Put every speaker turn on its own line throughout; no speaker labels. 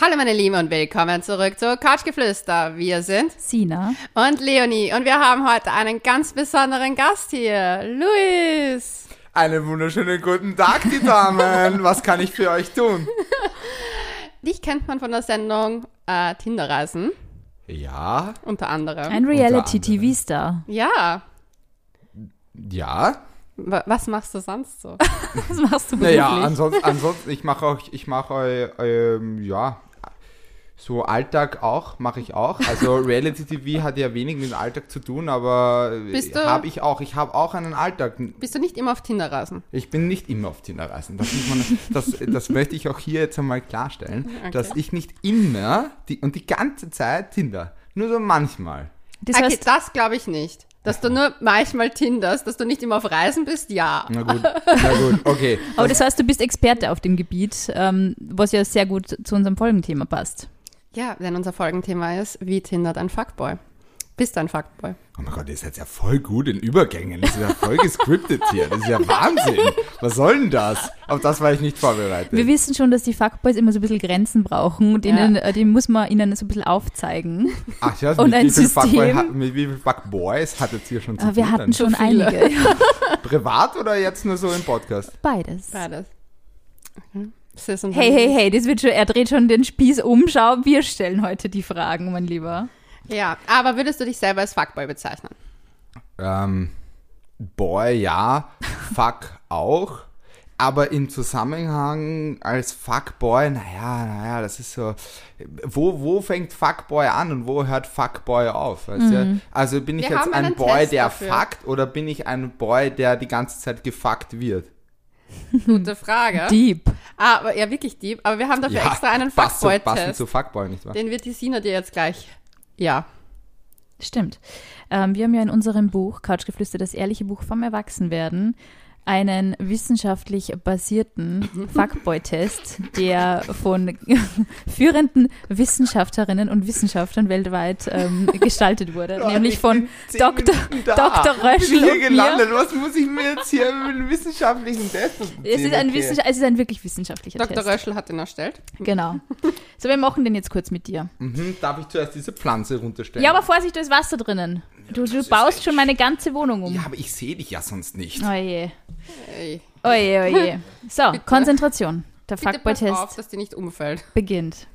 Hallo meine Lieben und willkommen zurück zu Couchgeflüster. Wir sind
Sina.
und Leonie und wir haben heute einen ganz besonderen Gast hier, Luis.
Einen wunderschönen guten Tag, die Damen. Was kann ich für euch tun?
Dich kennt man von der Sendung äh, Tinderreisen
Ja,
unter anderem.
Ein
anderem.
Reality-TV-Star.
ja,
ja.
wa- was machst du sonst so?
Was machst du beruflich?
Naja, ansonsten, ansonsten ich mache auch, ich mache, äh, ähm, ja, so Alltag auch, mache ich auch. Also Reality TV hat ja wenig mit dem Alltag zu tun, aber
Bist du-
habe ich auch. Ich habe auch einen Alltag.
Bist du nicht immer auf Tinderreisen?
Ich bin nicht immer auf Tinderreisen. Das, muss man, das, das möchte ich auch hier jetzt einmal klarstellen,
Okay.
dass ich nicht immer die, und die ganze Zeit Tinder. Nur so manchmal.
Das
okay,
heißt,
das glaube ich nicht. Dass du nur manchmal tinderst, dass du nicht immer auf Reisen bist, ja.
Na gut, na gut, okay.
aber das heißt, du bist Experte auf dem Gebiet, ähm, was ja sehr gut zu unserem Folgenthema passt.
Ja, denn unser Folgenthema ist, wie tindert ein Fuckboy? Bist du ein Fuckboy?
Oh mein Gott, ihr seid ja voll gut in Übergängen. Das ist ja voll gescriptet hier. Das ist ja Wahnsinn. Was soll denn das? Auf das war ich nicht
Wir
vorbereitet.
wissen schon, dass die Fuckboys immer so ein bisschen Grenzen brauchen und
Ja.
ihnen, äh, die muss man ihnen so ein bisschen aufzeigen.
Ach ja,
Und
mit,
ein
wie viel Fuckboy,
System.
ha- mit wie viel Fuckboys hattet ihr schon zu
Aber wir
tun
hatten
dann?
schon
viele.
einige. Ja,
Privat oder jetzt nur so im Podcast?
Beides.
Beides. Mhm. Das ist unser-
Hey, hey, hey, das wird schon, er dreht schon den Spieß um. Schau, wir stellen heute die Fragen, mein Lieber.
Ja, aber würdest du dich selber als Fuckboy bezeichnen?
Ähm, Boy, ja. Fuck auch. Aber im Zusammenhang als Fuckboy, naja, naja, das ist so. Wo, wo fängt Fuckboy an und wo hört Fuckboy auf? Weißt du? Also bin ich
Mhm. Wir haben
jetzt ein
einen
Boy,
Test
der
dafür.
fuckt oder bin ich ein Boy, der die ganze Zeit gefuckt wird?
Gute Frage.
Deep.
Ah, aber ja, wirklich deep. Aber wir haben dafür extra einen
passt zu- passend
Fuckboy-Test.
zu Fuckboy, nicht wahr?
Den wird die Sina dir jetzt gleich. Ja.
Stimmt. Ähm, wir haben ja in unserem Buch, Couchgeflüster, das ehrliche Buch vom Erwachsenwerden, einen wissenschaftlich basierten Fuckboy-Test, der von führenden Wissenschaftlerinnen und Wissenschaftlern weltweit ähm, gestaltet wurde,
Leute,
nämlich
ich
von
bin zehn
Dr.
Minuten da.
Dr.
Ich
Röschel
bin hier
und mir.
gelandet. Was muss ich mir jetzt hier mit einem wissenschaftlichen Test
Es ist, ein
Okay.
Wissenschaft- es ist ein wirklich wissenschaftlicher
Dr.
Test.
Röschel hat ihn erstellt.
Genau. So, wir machen den jetzt kurz mit dir.
Mhm, darf ich zuerst diese Pflanze runterstellen?
Ja, aber Vorsicht, da ist Wasser drinnen. Du, du baust schon meine ganze Wohnung um. Oh
Ja, aber ich sehe dich ja sonst nicht.
Oje.
Ey,
Oje, oje. So, Konzentration. Der
bitte pass auf,
Fuckboy-Test
dass die nicht umfällt.
beginnt.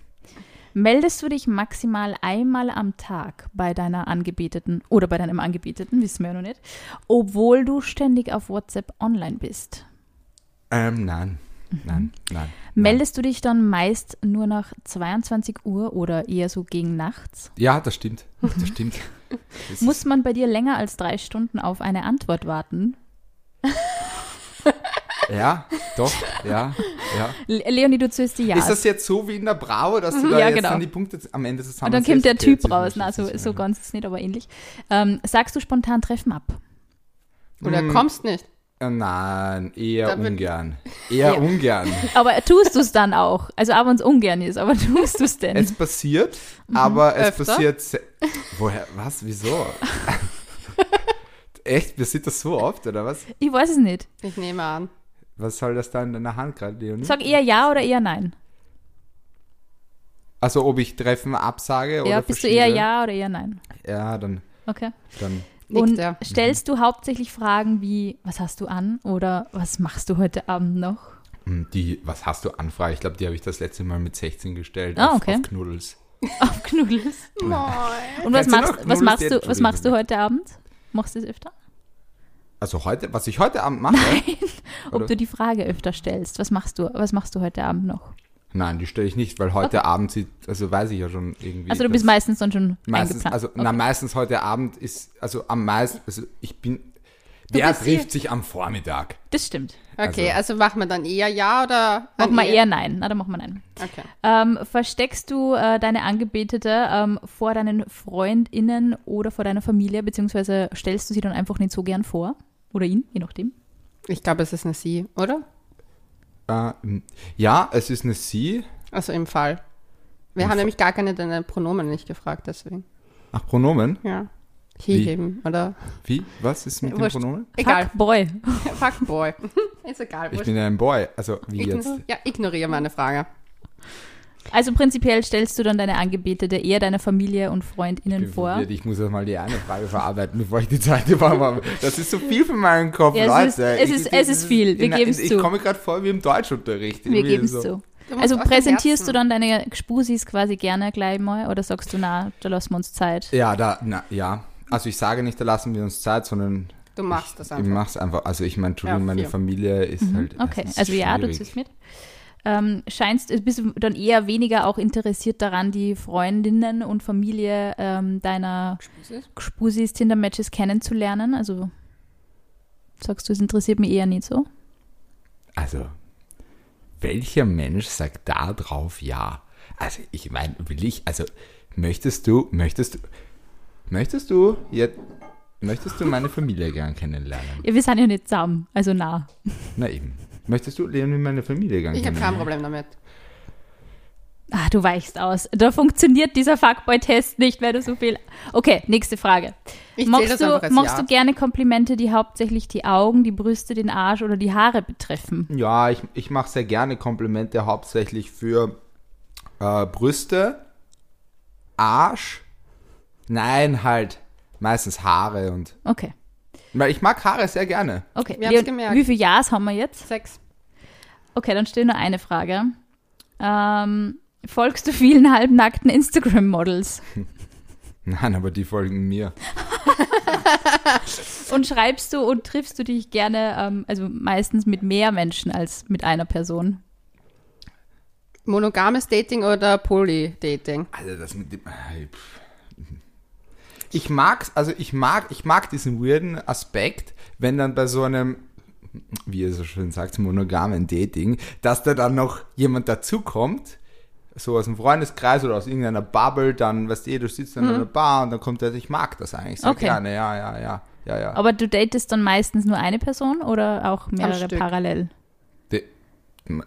Meldest du dich maximal einmal am Tag bei deiner Angebeteten oder bei deinem Angebeteten, wissen wir ja noch nicht, obwohl du ständig auf WhatsApp online bist?
Ähm, nein.
Mhm.
Nein, nein.
Meldest du dich dann meist nur nach 22 Uhr oder eher so gegen nachts?
Ja, das stimmt. Das stimmt. Das
Muss man bei dir länger als drei Stunden auf eine Antwort warten?
ist- Ja, doch, ja, ja.
Le Leonie, du zögerst die Ja. also-
Ist das jetzt so wie in der Bravo, dass du da
Ja,
jetzt
genau.
dann die Punkte am Ende zusammen
Und dann kommt der Typ raus. Na, so, so ganz ist nicht, aber ähnlich. Ähm, sagst du spontan Treffen ab?
Oder
Mhm.
kommst nicht.
Äh, Nein, eher
Da würd-
ungern. Eher
Ja.
ungern.
Aber tust du es dann auch? Also auch wenn es ungern ist, aber tust du es denn?
Es passiert,
Mhm.
aber es
Öfter?
passiert. se- Woher? Was? Wieso? Echt? Passiert das so oft, oder was?
ich weiß es nicht.
Ich nehme an.
Was soll das da in deiner Hand gerade, Leonie?
Sag eher ja oder eher nein.
Also ob ich Treffen absage oder
ja, bist du
verschiebe?
eher ja oder eher nein?
Ja, dann,
Okay.
dann
Nickt
Und
er.
stellst du hauptsächlich Fragen wie, was hast du an oder was machst du heute Abend noch?
hm, die, was hast du Anfrage? Ich glaube, die habe ich das letzte Mal mit 16 gestellt
Ah,
auf,
okay.
auf Knuddels.
Auf Knuddels.
Moin.
Und was
Kennst
machst,
du noch
was
Knuddels?
machst
Ja,
du, was machst du
Entschuldigung.
heute Abend? Machst du es öfter?
Also heute, was ich heute Abend mache?
Ob
Oder-
du die Frage öfter stellst, was machst du, was machst du heute Abend noch?
Nein, die stelle ich nicht, weil heute Abend sieht, also weiß ich ja schon irgendwie.
Also du
dass-
bist meistens dann schon
meistens,
eingeplant.
also na, meistens heute Abend ist, also am meisten, also ich bin,
Du
wer
bist hier-
trifft sich am Vormittag?
Das stimmt.
Okay, also, machen wir dann eher ja oder.
Machen
dann
wir eher nein. Na, dann machen wir nein.
Okay.
Ähm, versteckst du äh, deine Angebetete ähm, vor deinen FreundInnen oder vor deiner Familie, beziehungsweise stellst du sie dann einfach nicht so gern vor? Oder ihn, je nachdem.
Ich glaube, es ist eine Sie, oder?
Äh, m- ja, es ist eine Sie.
Also im Fall. Wir
Im
haben
Fall.
nämlich gar keine deine Pronomen nicht gefragt, deswegen.
Ach, Pronomen?
Ja.
Wie?
He, him, oder?
Wie? Was ist mit dem
Wurscht.
Pronomen?
Egal.
Fuck, Boy.
Fuck Boy. ist egal.
Ich
wurscht.
bin ja ein Boy, also wie
Ign-
jetzt?
Ja, ignoriere meine Frage.
Also prinzipiell stellst du dann deine Angebetete eher deiner Familie und FreundInnen
bin
vor.
verwirrt. Ich muss erst mal die eine Frage verarbeiten, bevor ich die zweite mache. Das ist so viel für meinen Kopf,
Ja,
Leute.
es ist- es
Ich-
ist-
ich-
es ist viel. Wir
in-
geben's
Ich
zu.
komme mir gerade vor wie im Deutschunterricht.
Wir
Irgendwie
geben es
so.
zu.
Du musst
Also
aus dem
präsentierst du
Herzen.
dann deine Spusis quasi gerne gleich mal oder sagst du, na, da lassen wir uns Zeit?
Ja, da, na, ja. Also ich sage nicht, da lassen wir uns Zeit, sondern
Du machst das
ich
einfach.
mach's einfach. Also ich meine, Entschuldigung,
Ja,
meine
viel.
Familie ist halt. es
Okay,
ist
also ja, du
schwierig.
ziehst mit. Ähm, scheinst, bist du dann eher weniger auch interessiert daran, die Freundinnen und Familie ähm, deiner Spusis Tinder-Matches kennenzulernen? Also sagst du, es interessiert mich eher nicht so?
Also, welcher Mensch sagt da drauf ja? Also, ich meine, will ich, also, möchtest du, möchtest du, möchtest du jetzt, möchtest du meine Familie gern kennenlernen?
Ja, wir sind ja nicht zusammen, also na.
Na eben. Möchtest du Leonie meine Familie gern
Ich habe kein
kennenlernen?
Problem damit.
Ah, du weichst aus. Da funktioniert dieser Fuckboy-Test nicht, weil du so viel. Okay, nächste Frage.
Ich zähl
Machst
das
du,
einfach als
machst
Ja.
du gerne Komplimente, die hauptsächlich die Augen, die Brüste, den Arsch oder die Haare betreffen?
Ja, ich, ich mache sehr gerne Komplimente hauptsächlich für äh, Brüste, Arsch, nein, halt, meistens Haare und.
Okay,
Weil ich mag Haare sehr gerne.
okay.
Wir haben's gemerkt.
Wie viele Ja's haben wir jetzt?
Sex.
Okay, dann steht nur eine Frage. Ähm, folgst du vielen halbnackten Instagram-Models
Nein, aber die folgen mir.
und schreibst du und triffst du dich gerne, ähm, also meistens mit mehr Menschen als mit einer Person?
Monogames Dating oder Poly-Dating?
Also das mit dem. Ei, pff. Ich mag's, also ich mag, ich mag diesen weirden Aspekt, wenn dann bei so einem, wie ihr so schön sagt, monogamen Dating, dass da dann noch jemand dazukommt, so aus dem Freundeskreis oder aus irgendeiner Bubble, dann, weißt du, du sitzt dann in einer Bar und dann kommt der, ich mag das eigentlich so
Mhm. Okay.
gerne, ja, ja, ja, ja, ja.
Aber du datest dann meistens nur eine Person oder auch mehrere
Stück.
parallel?
De- m-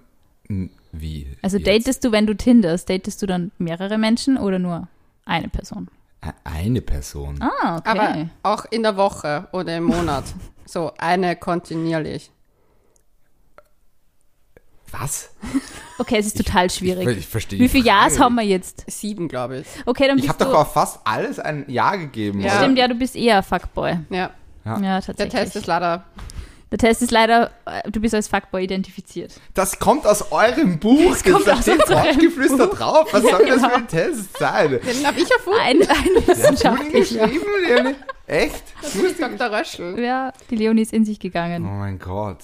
m- wie?
Also
jetzt?
datest du, wenn du tinderst, datest du dann mehrere Menschen oder nur eine Person?
E- Eine Person.
Ah, okay.
Aber auch in der Woche oder im Monat. so eine kontinuierlich.
Was?
okay, es ist total
Ich,
schwierig.
ich verstehe.
Wie viele Ja's haben wir jetzt?
Sieben, glaube ich.
Okay, dann
Ich
bist
habe
du.
doch auf fast alles ein Ja gegeben.
Ja.
oder?
stimmt, ja, du bist eher Fuckboy.
Ja,
Ja.
Ja,
der
tatsächlich.
Test ist leider.
Der Test ist leider, äh, du bist als Fuckboy identifiziert.
Das kommt aus eurem Buch. Das,
kommt aus
steht
unserem
Wortgeflüster drauf. Was soll das
Genau.
für ein Test sein?
Den habe ich erfunden.
Ein, ein
Hast du den
wissenschaftlicher.
geschrieben, Leonie? Echt?
Das ist Dr. Röschel.
Ja, die Leonie ist in sich
Oh
gegangen.
mein Gott.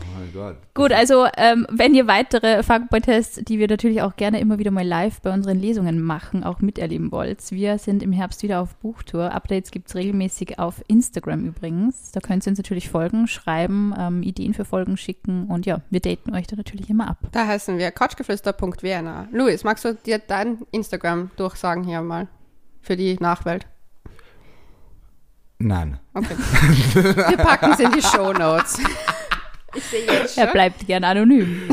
Oh mein Gott.
Gut, also ähm, wenn ihr weitere Fuckboy-Tests, die wir natürlich auch gerne immer wieder mal live bei unseren Lesungen machen, auch miterleben wollt. Wir sind im Herbst wieder auf Buchtour. Updates gibt es regelmäßig auf Instagram übrigens. Da könnt ihr uns natürlich folgen, schreiben, ähm, Ideen für Folgen schicken und ja, wir daten euch da natürlich immer ab.
Da heißen wir couchgeflüster.vienna. Luis, magst du dir dein Instagram durchsagen hier mal? Für die Nachwelt.
Nein.
Okay. wir packen es in die Shownotes. Ich sehe jetzt
Er bleibt gerne anonym.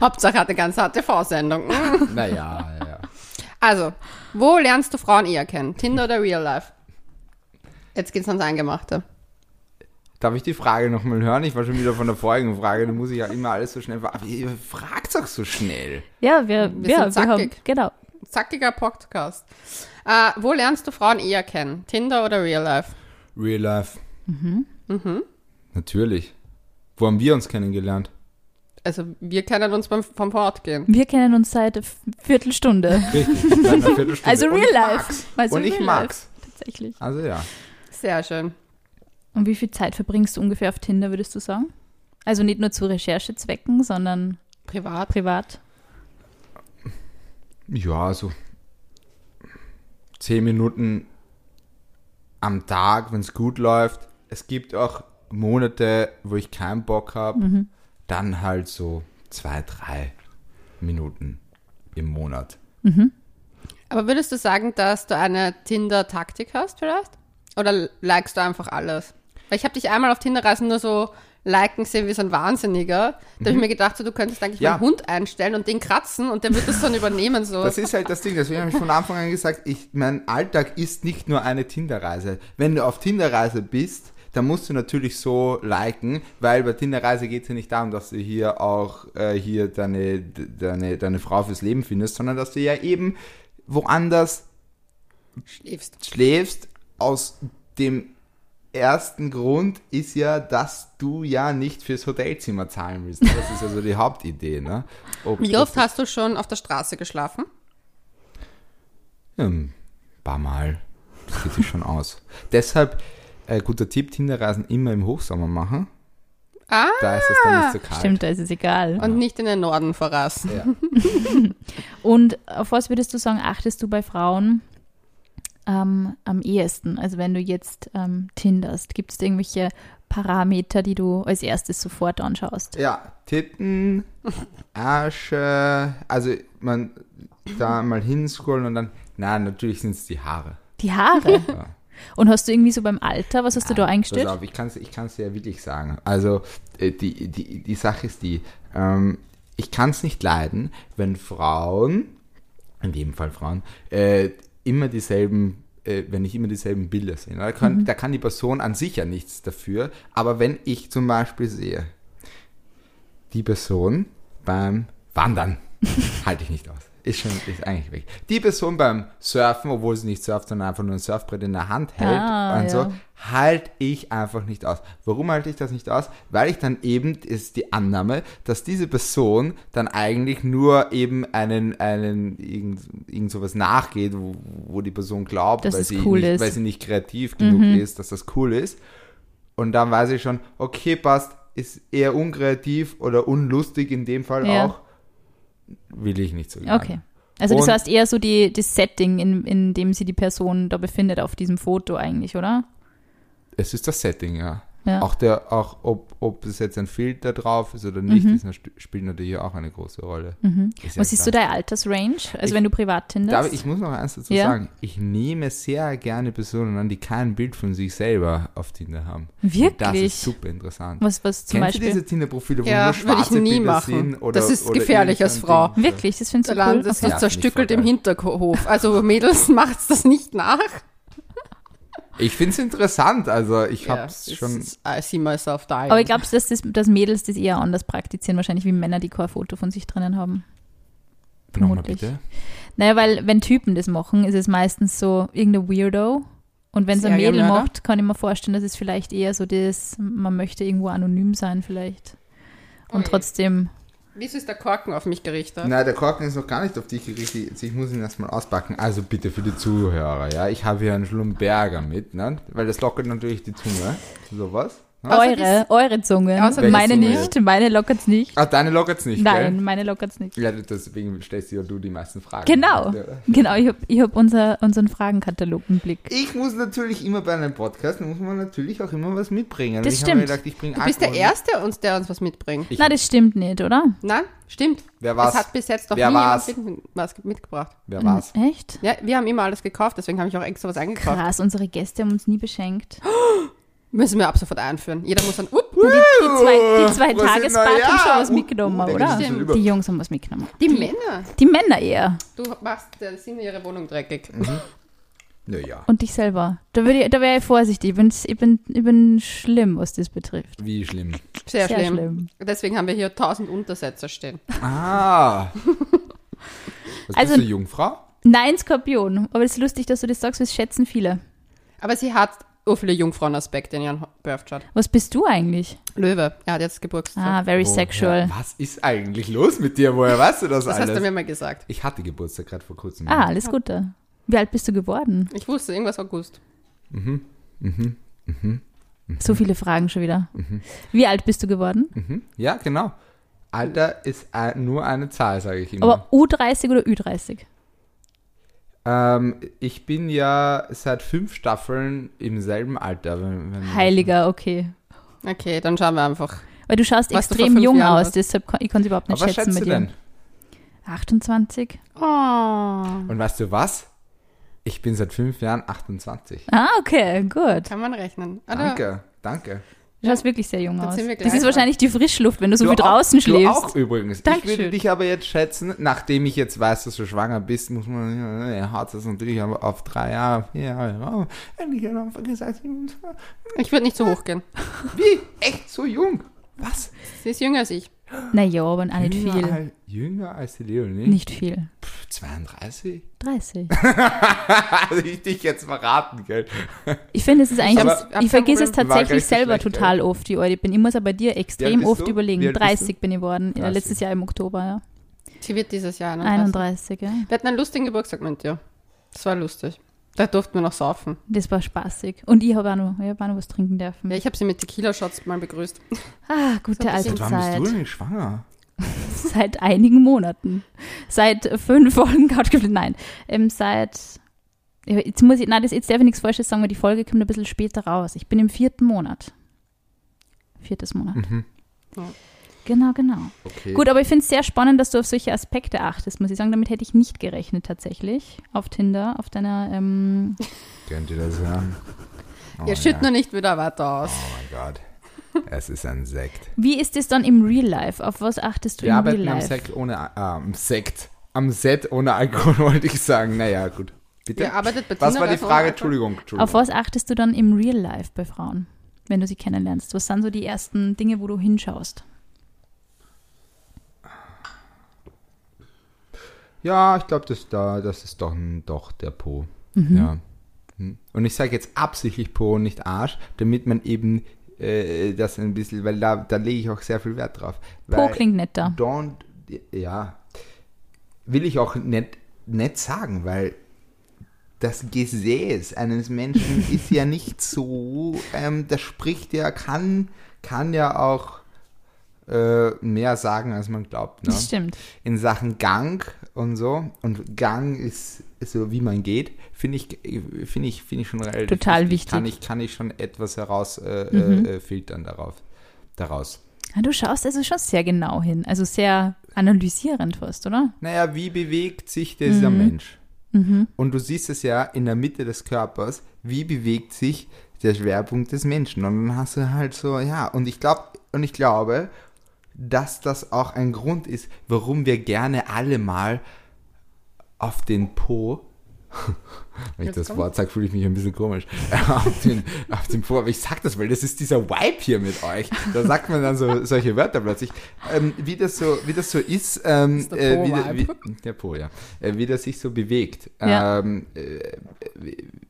Hauptsache hat eine ganz harte Vorsendung.
Naja, ja, ja.
Also, wo lernst du Frauen eher kennen? Tinder oder Real Life? Jetzt geht's ans Eingemachte.
Darf ich die Frage nochmal hören? Ich war schon wieder von der vorigen Frage. Da muss ich ja immer alles so schnell. ver- Aber ihr fragt doch so schnell.
Ja, wir,
Wir
ja,
sind
wir haben,
zackig.
genau.
Zackiger Podcast. Äh, wo lernst du Frauen eher kennen? Tinder oder Real Life?
Real Life. Mhm. Mhm. Natürlich. Wo haben wir uns kennengelernt?
Also, wir kennen uns beim, vom Fortgehen.
Wir kennen uns seit F- Viertelstunde.
Richtig. Seit einer Viertelstunde.
Also
Und
Real
ich
Life.
mag's.
Also
Und ich
Real
mag's.
Life, tatsächlich.
Also ja.
Sehr schön.
Und wie viel Zeit verbringst du ungefähr auf Tinder, würdest du sagen? Also nicht nur zu Recherchezwecken, sondern
Privat.
privat.
Ja, so zehn Minuten am Tag, wenn es gut läuft. Es gibt auch Monate, wo ich keinen Bock habe. Dann halt so zwei, drei Minuten im Monat.
Aber würdest du sagen, dass du eine Tinder-Taktik hast vielleicht? Oder likest du einfach alles? Weil ich habe dich einmal auf Tinder-Reisen nur so liken sehen wie so ein Wahnsinniger. Da habe ich mir gedacht, so, du könntest eigentlich
Mhm. Ja.
mal einen Hund einstellen und den kratzen und der wird das dann übernehmen. So.
Das ist halt das Ding, deswegen habe ich von Anfang an gesagt, ich, mein Alltag ist nicht nur eine Tinder-Reise. Wenn du auf Tinder-Reise bist, da musst du natürlich so liken, weil bei Tinder-Reise geht es ja nicht darum, dass du hier auch äh, hier deine, deine, deine Frau fürs Leben findest, sondern dass du ja eben woanders
Schläfst.
schläfst. Aus dem ersten Grund ist ja, dass du ja nicht fürs Hotelzimmer zahlen willst. Das ist also die Hauptidee. Ne? Ob
Wie
das-
oft hast du schon auf der Straße geschlafen?
Ja, Ein paar Mal. Das geht sich schon aus. Deshalb, äh, guter Tipp, Tinderreisen immer im Hochsommer machen.
Ah,
Da ist es dann nicht so kalt.
Stimmt, da ist es egal.
und nicht in den Norden verrasten.
Ja.
Und auf was würdest du sagen, achtest du bei Frauen ähm, am ehesten? Also wenn du jetzt ähm, tinderst, gibt es irgendwelche Parameter, die du als erstes sofort anschaust?
ja, Titten, Asche, also man da mal hinscrollen und dann, na, natürlich sind es die Haare.
Die Haare. Und hast du irgendwie so beim Alter, was hast du da eingestellt?
Pass auf, ich kann es ich kann's dir ja wirklich sagen. Also, äh, die, die, die Sache ist die, ähm, ich kann es nicht leiden, wenn Frauen, in dem Fall Frauen, äh, immer dieselben, äh, wenn ich immer dieselben Bilder sehe. Da kann, da kann die Person an sich ja nichts dafür, aber wenn ich zum Beispiel sehe, die Person beim Wandern, halte ich nicht aus. Ist schon, ist eigentlich weg. Die Person beim Surfen, obwohl sie nicht surft, sondern einfach nur ein Surfbrett in der Hand hält
Ah,
und so,
ja.
halte ich einfach nicht aus. Warum halte ich das nicht aus? Weil ich dann eben ist die Annahme, dass diese Person dann eigentlich nur eben einen, einen, irgend, irgend sowas nachgeht, wo, wo die Person glaubt,
Dass
weil
es
sie,
cool
nicht,
ist. Mhm.
weil sie nicht kreativ genug ist, dass das cool ist. Und dann weiß ich schon, okay, passt, ist eher unkreativ oder unlustig in dem Fall
Ja.
auch. Will ich nicht so gerne.
Okay. Also das
Und-
heißt eher so die, das Setting, in, in dem sie die Person da befindet auf diesem Foto eigentlich, oder?
Es ist das Setting, ja.
Ja.
Auch, der, auch ob, ob es jetzt ein Filter drauf ist oder nicht, ist, nat- spielt natürlich auch eine große Rolle. Ist ja
Mhm. Was ist so
klar.
deine Altersrange? Also
Ich-
wenn du privat
Aber
tinderst?
ich muss noch eins dazu
Ja.
sagen. Ich nehme sehr gerne Personen an, die kein Bild von sich selber auf Tinder haben. Und Das
Wirklich?
ist super interessant.
was, was zum
Kennst du
Beispiel?
diese Tinder-Profile, wo
Ja,
nur
würde ich
schwarze
nie
Bilder
machen.
sind? Oder,
Das ist
oder
gefährlich als
irgendein
Frau.
Ding?
Wirklich, das findest du
Solange
cool.
das
Okay.
ist zerstückelt im
Ja,
Hinterhof. Also Mädels, macht's das nicht nach.
Ich finde es interessant. Also ich
Ja,
habe es schon...
ist- I see myself dying.
Aber ich glaube, dass, das, dass Mädels das eher anders praktizieren, wahrscheinlich wie Männer, die kein Foto von sich drinnen haben.
Nochmal
vermutlich.
bitte.
Naja, weil wenn Typen das machen, ist es meistens so irgendein Weirdo. Und wenn es ein Mädel
Serienmörder?
macht, kann ich mir vorstellen, dass es vielleicht eher so das, man möchte irgendwo anonym sein vielleicht. Und
Ui.
trotzdem,
Wieso ist der Korken auf mich gerichtet?
Nein, der Korken ist noch gar nicht auf dich gerichtet. Jetzt- Ich muss ihn erstmal auspacken. Also bitte für die Zuhörer, ja. Ich habe hier einen Schlumberger mit, ne? Weil das lockert natürlich die Zunge. Sowas. Ne?
Außer
eure, eure Zungen,
außer
die
meine
Zunge.
nicht, meine lockert's nicht.
Ah, deine lockert's nicht,
Nein, meine lockert's nicht.
gell? Ja, deswegen stellst du ja du die meisten Fragen.
Genau,
Ja.
genau, ich habe ich hab unser, unseren Fragenkatalog im Blick.
Ich muss natürlich immer bei einem Podcast, muss man natürlich auch immer was mitbringen. Und
Das
ich habe mir
stimmt.
gedacht, ich bringe
Du bist der Erste, uns, der uns was mitbringt.
Ich-
Na, das stimmt nicht, oder?
Nein, stimmt.
Wer war's?
Es hat bis jetzt noch
Wer
nie
war's?
jemand mit- was mitgebracht.
Wer war's?
Echt?
Ja, wir haben immer alles gekauft, deswegen habe ich auch extra was eingekauft.
Krass, unsere Gäste haben uns nie beschenkt.
Müssen wir ab sofort einführen. Jeder muss dann, upp,
Die, die zwei, die zwei
Oh, Was ist
Tagespartys
denn da? Ja,
haben schon was
uh,
mitgenommen,
uh, der
oder?
Gast ist schon über-
Die Jungs haben was mitgenommen.
die Männer.
Die Männer eher.
Du machst äh, der Sinn ihre Wohnung dreckig.
Mhm. Naja.
Und dich selber. Da, würd ich- da wäre ich vorsichtig. Ich bin, ich, bin, ich bin schlimm, was das betrifft.
Wie schlimm.
Sehr,
Sehr
schlimm.
schlimm.
Deswegen haben wir hier 1000 Untersetzer stehen.
Ah. Was
Also-
bist du, Jungfrau?
Nein, Skorpion. Aber es ist lustig, dass du das sagst, weil es schätzen viele.
Aber sie hat so viele Jungfrauenaspekte in ihrem Birthchart.
Was bist du eigentlich?
Löwe, er hat jetzt Geburtstag.
Ah, very
Woher-
sexual.
Was ist eigentlich los mit dir? Woher weißt du das,
das
alles?
hast du mir mal gesagt.
ich hatte Geburtstag gerade vor kurzem.
Ah, alles Gute. Wie alt bist du geworden?
Ich wusste, irgendwas August.
Mhm,
So viele Fragen schon wieder. Wie alt bist du geworden?
Mhm. Ja, genau. Alter ist ein, nur eine Zahl, sage ich immer.
Aber U30 oder Ü30?
Ähm, ich bin ja seit fünf Staffeln im selben Alter. Wenn, wenn
Heiliger, okay.
Okay, dann schauen wir einfach.
Weil du schaust
Warst du vor
extrem
fünf
jung
Jahren
aus,
was?
deshalb kann, ich kann es überhaupt
Aber
nicht
was
schätzen
schätzt
mit
du
dir.
denn?
28?
Oh.
Und weißt du was? Ich bin seit fünf Jahren 28.
Ah, okay, gut.
Kann man rechnen. Oder?
Danke, danke.
Du schaust wirklich sehr jung
Dann
aus.
sind wir
Das
gleich
ist wahrscheinlich die Frischluft, wenn du so viel
auch-
draußen
Du
schläfst.
auch übrigens.
Dankeschön.
Ich würde dich aber jetzt schätzen, nachdem ich jetzt weiß, dass du schwanger bist, muss man, er hat das natürlich aber auf drei Jahre, vier Jahre rauf. Und ich habe einfach gesagt, ich bin so-
Ich würde nicht so hoch gehen.
wie, echt so jung? Was?
Sie ist jünger als ich.
Naja, aber auch nicht
jünger,
viel.
Als, jünger als die Leonie?
Nicht viel.
Pff, 32?
30.
also ich dich jetzt verraten, gell?
Ich finde, es ist eigentlich,
Aber-
ich, ich vergesse es
War
gar
tatsächlich
nicht so
selber
schlecht,
total oft, die Eure. Ich bin immer so bei dir
Wie
extrem
alt bist
oft
du?
überlegen.
Wie alt bist du?
30 bin ich geworden, ja,
30.
letztes Jahr im Oktober, ja.
Sie wird dieses Jahr ne? 31.
31, ja.
Wir hatten einen lustigen Geburtstag mit dir. Das war lustig. Da durften wir noch saufen.
Das war spaßig. Und ich habe auch, noch- ich hab auch noch was trinken dürfen.
Ja, ich habe sie mit Tequila-Shots mal begrüßt.
ah, gute
So ein
alte
bisschen-
Also, Wann bist du
Zeit.
denn schwanger?
Seit einigen Monaten. Seit fünf Folgen Couchgeflüster. Nein, ähm, seit... ja, Jetzt muss ich, nein, das, jetzt darf ich nichts Falsches sagen, weil die Folge kommt ein bisschen später raus. Ich bin im vierten Monat. Viertes Monat.
Mhm.
Genau, genau.
Okay.
Gut, aber ich finde es sehr spannend, dass du auf solche Aspekte achtest, muss ich sagen. Damit hätte ich nicht gerechnet tatsächlich auf Tinder, auf deiner, ähm,
Könnt ihr das hören? Oh,
Ihr schüttet nur nicht wieder weiter aus.
Oh mein Gott. Es ist ein Sekt.
wie ist es dann im Real Life? Auf was achtest du
Wir
im Real
arbeiten am
Life?
Sekt ohne, äh, am Sekt. Am Set ohne Alkohol wollte ich sagen. Naja, gut. Bitte?
Ihr arbeitet bei
Was
Tinder
war die
also
Frage?
weiter?
Entschuldigung.
Auf
Entschuldigung.
was achtest du dann im Real Life bei Frauen, wenn du sie kennenlernst? Was sind so die ersten Dinge, wo du hinschaust?
Ja, ich glaube, das, da, das ist doch, ein- doch der Po.
Mhm.
Ja. Hm. Und ich sage jetzt absichtlich Po und nicht Arsch, damit man eben äh, das ein bisschen, weil da, da lege ich auch sehr viel Wert drauf.
Po
Weil- ne?
klingt netter.
Don't, ja, will ich auch nicht, nicht sagen, weil das Gesäß eines Menschen ist ja nicht so, ähm, das spricht ja, kann, kann ja auch äh, mehr sagen, als man glaubt. Ne?
Das stimmt.
in Sachen Gang und so. Und Gang ist, ist so, wie man geht, finde ich, finde ich, finde ich schon relativ
Total wichtig. Mhm.
Kann ich, kann ich schon etwas heraus äh, äh, filtern darauf, daraus.
Ah, Du schaust also schon sehr genau hin, also sehr analysierend fast, oder?
Naja, wie bewegt sich dieser Mensch? Und du siehst es ja in der Mitte des Körpers, wie bewegt sich der Schwerpunkt des Menschen? Und dann hast du halt so, ja, und ich glaube, und ich glaube, dass das auch ein Grund ist, warum wir gerne alle mal auf den Po. Wenn ich
Jetzt
das
kommt's.
Wort sage, fühle ich mich ein bisschen komisch. auf, den, auf den Po. Aber ich sag das, weil das ist dieser Vibe hier mit euch. Da sagt man dann so solche Wörter plötzlich. Ähm, wie, das so, wie das so ist, ähm,
Ist der
äh, wie,
Po-Vibe.
wie, der Po, ja. Äh, wie das sich so bewegt.
Ja.
Ähm, äh,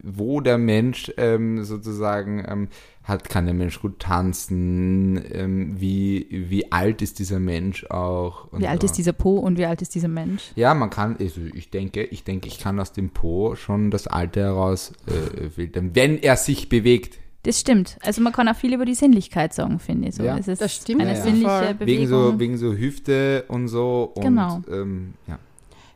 wo der Mensch ähm, sozusagen ähm, hat, kann der Mensch gut tanzen, ähm, wie, wie alt ist dieser Mensch auch. und äh,
Wie alt
so.
ist dieser Po und wie alt ist dieser Mensch?
Ja, man kann, also ich denke, ich denke, ich kann aus dem Po schon das Alter heraus äh, filtern, wenn er sich bewegt.
Das stimmt. Also man kann auch viel über die Sinnlichkeit sagen, finde ich. So.
Ja.
es ist
Das stimmt,
Eine
ja.
sinnliche
Voll.
Bewegung.
Wegen so, wegen so Hüfte und so. Und,
Genau.
Ähm, ja.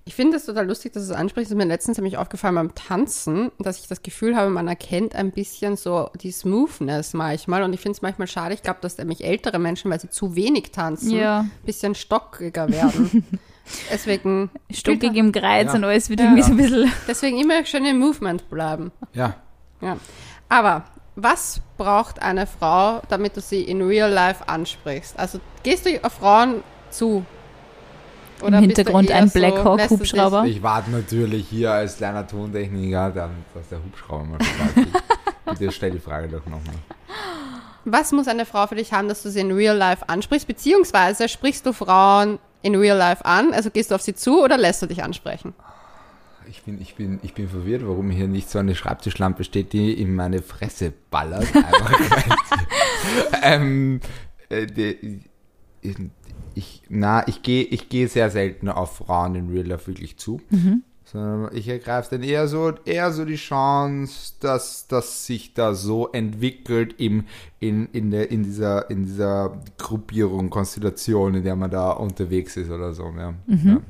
Ich finde es total lustig, dass du es ansprichst. Es ist mir letztens nämlich aufgefallen beim Tanzen, dass ich das Gefühl habe, man erkennt ein bisschen so die Smoothness manchmal. Und ich finde es manchmal schade. Ich glaube, dass nämlich ältere Menschen, weil sie zu wenig tanzen,
Ja.
ein bisschen stockiger werden. deswegen,
Stuckig im Greiz
Ja.
und alles wird
Ja.
irgendwie so ein bisschen.
deswegen immer schön im Movement bleiben.
ja.
Ja. Aber was braucht eine Frau, damit du sie in real life ansprichst? Also gehst du auf Frauen zu?
Im
bist du
Hintergrund
eher
ein Black Hawk
lässt du dich-
Hubschrauber.
Ich warte natürlich hier als kleiner Tontechniker, dann, dass der Hubschrauber mal vorbeikommt. Bitte stell die Frage doch nochmal.
Was muss eine Frau für dich haben, dass du sie in real life ansprichst? Beziehungsweise sprichst du Frauen in real life an? Also gehst du auf sie zu oder lässt du dich ansprechen?
Ich bin, ich, bin, ich bin verwirrt, warum hier nicht so eine Schreibtischlampe steht, die in meine Fresse ballert. Einfach. ähm, äh, die- ich, na, ich gehe ich geh sehr selten auf Frauen in Real Life wirklich zu.
Mhm.
Sondern ich ergreife dann eher so, eher so die Chance, dass das sich da so entwickelt im, in, in, der, in, dieser, in dieser Gruppierung, Konstellation, in der man da unterwegs ist oder so. Ja. Ja.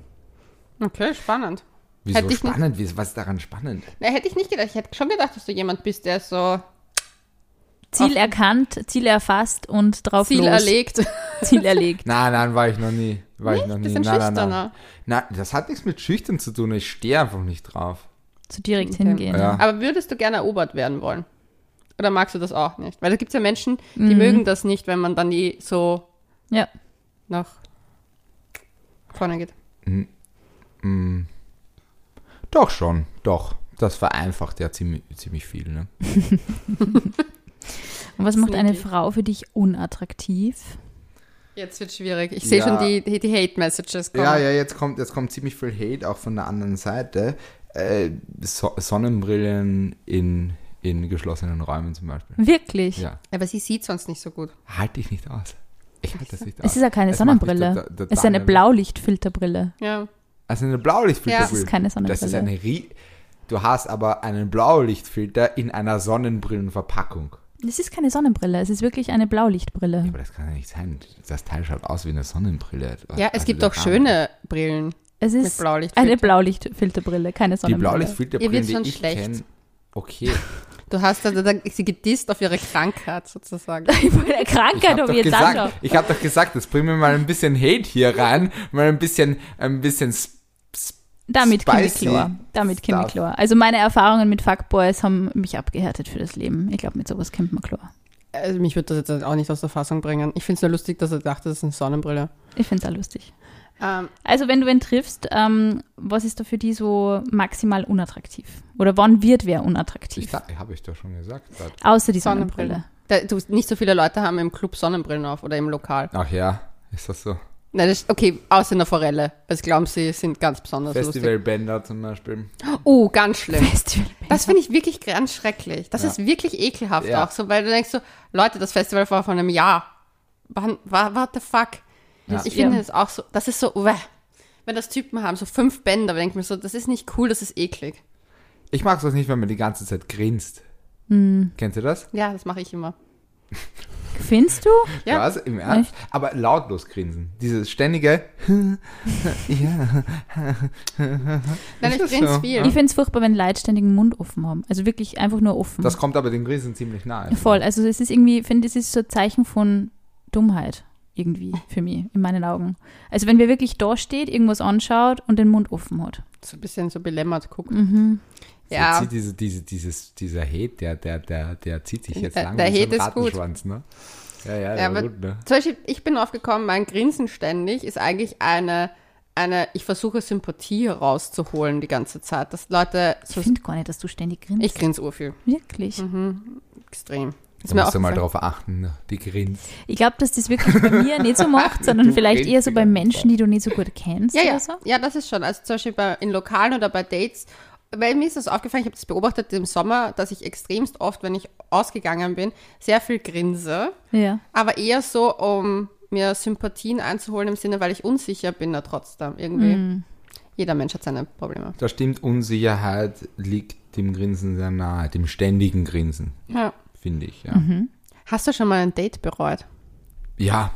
Okay, spannend.
Wieso
Mhm. Hätte ich nicht-
spannend? Wieso- Was ist daran spannend?
Na, hätte ich nicht gedacht. Ich hätte schon gedacht, dass du jemand bist, der so
Ziel erkannt, Ziel erfasst und drauf
Ziel
los.
erlegt.
Ziel erlegt.
Nein, nein, war ich noch nie. War
Hm?
ich noch nie.
Bist ein
nein, nein, nein.
Schüchterner.
nein, das hat nichts mit Schüchtern zu tun. Ich stehe einfach nicht drauf.
Zu direkt
Okay.
hingehen.
Ja.
Aber würdest du gerne erobert werden wollen? Oder magst du das auch nicht? Weil da gibt es ja Menschen, die mögen das nicht, wenn man dann die so
Ja.
nach vorne geht.
Hm. Doch schon, doch. Das vereinfacht ja ziemlich, ziemlich viel, ne?
Und was macht eine
Sneaky.
Frau für dich unattraktiv?
Jetzt wird schwierig. Ich sehe
Ja.
schon die, die die Hate-Messages kommen.
Ja, ja, jetzt kommt, jetzt kommt ziemlich viel Hate auch von der anderen Seite. Äh, so Sonnenbrillen in, in geschlossenen Räumen zum Beispiel.
Wirklich?
Ja.
Aber sie sieht sonst nicht so gut.
Halte ich nicht aus. Ich halte das nicht aus.
Es ist ja keine
Es macht mich
Sonnenbrille.
tota-
es ist eine
total-
Blaulichtfilterbrille.
Ja.
Also eine Blaulichtfilterbrille.
Ja.
Das ist keine
Das ist
Sonnenbrille.
eine Rie Du hast aber einen Blaulichtfilter in einer Sonnenbrillenverpackung.
Es ist keine Sonnenbrille, es ist wirklich eine Blaulichtbrille.
Aber das kann ja nicht sein. Das Teil schaut aus wie eine Sonnenbrille.
Ja, es
Also
gibt
das
auch
Rahmen.
schöne Brillen.
Es
Mit
ist
Blaulichtfilter.
eine Blaulichtfilterbrille, keine
Die
Sonnenbrille.
Ihr
Blaulichtfilterbrille,
wird
die
schon
ich
schlecht.
kenne. Okay.
Du hast also da, da, da sie gedisst auf ihre Krankheit sozusagen.
Bei der
Ich hab
Krankheit,
doch
ob um jetzt
gesagt,
anschaut.
Ich habe doch gesagt, das bringt mir mal ein bisschen Hate hier rein, mal ein bisschen, ein bisschen. Sp Sp
Damit
Spicy
Chemiklor. Damit
stuff.
Chemiklor. Also meine Erfahrungen mit Fuckboys haben mich abgehärtet für das Leben. Ich glaube, mit sowas kämpft man Chlor.
Also mich würde das jetzt auch nicht aus der Fassung bringen. Ich finde es nur lustig, dass er dachte, das ist eine Sonnenbrille.
Ich finde es auch lustig.
Ähm,
Also wenn du wen triffst, ähm, was ist da für die so maximal unattraktiv? Oder wann wird wer
ich
unattraktiv?
habe ich doch schon gesagt.
Außer die
Sonnenbrille.
Sonnenbrille.
Da, du, nicht so viele Leute haben im Club Sonnenbrillen auf oder im Lokal.
Ach ja, ist das so?
Nein, das, ist- okay, außer in der Forelle. Das glauben sie, sind ganz besonders lustig.
Festivalbänder zum Beispiel.
Oh, ganz schlimm.
Festival.
Das finde ich wirklich ganz schrecklich. Das
Ja.
ist wirklich ekelhaft
Ja.
auch so, weil du denkst so, Leute, das Festival war vor einem Jahr. Wann, wa- what the fuck?
Ja.
Ich finde
Ja.
das auch so, das ist so, uäh. wenn das Typen haben, so fünf Bänder, denke ich mir so, das ist nicht cool, das ist eklig.
Ich mag es nicht, wenn man die ganze Zeit grinst.
Hm.
Kennst du das?
Ja, das mache ich immer.
Findest du?
Ja.
Was? also Im Ernst? Aber lautlos grinsen. Dieses ständige. ja.
Nein,
Ist
ich
das
grinse
so?
viel.
Ich finde es furchtbar, wenn Leute ständig den Mund offen haben. Also wirklich einfach nur offen.
Das kommt aber den Grinsen ziemlich nahe.
Voll. Also es ist irgendwie, ich finde, es ist so ein Zeichen von Dummheit irgendwie für mich, in meinen Augen. Also wenn wer wirklich da steht, irgendwas anschaut und den Mund offen hat.
So ein bisschen so belämmert gucken.
Mhm.
Ja.
Der zieht diese, diese, dieses, dieser Hate, der, der, der, der zieht sich jetzt
Der-
lang
der
wie so
Hate
ein
ist gut.
Rattenschwanz, ne? Ja, ja,
Ja,
ja,
aber-
gut, ne?
Zum Beispiel, ich bin aufgekommen, mein Grinsen ständig ist eigentlich eine, eine ich versuche Sympathie rauszuholen die ganze Zeit. Dass Leute so.
Ich finde gar nicht, dass du ständig grinst.
Ich grinse urviel.
wirklich.
Mhm.
Extrem. Ist
Da musst du mal
aufgefallen.
drauf achten, ne? die grinst.
Ich glaube, dass das wirklich bei mir nicht so macht, sondern
Du
vielleicht eher so
grinst die
bei
ganze
Menschen, die du nicht so gut kennst
Ja,
oder
ja.
so.
ja, das ist schon. Also zum Beispiel bei, in Lokalen oder bei Dates. Weil mir ist das aufgefallen, ich habe das beobachtet im Sommer, dass ich extremst oft, wenn ich ausgegangen bin, sehr viel grinse.
Ja.
Aber eher so, um mir Sympathien einzuholen im Sinne, weil ich unsicher bin da trotzdem irgendwie. Jeder Mensch hat seine Probleme.
Das stimmt, Unsicherheit liegt dem Grinsen sehr nahe, dem ständigen Grinsen,
Ja.
finde ich, ja.
Mhm. Hast du schon mal ein Date bereut?
Ja,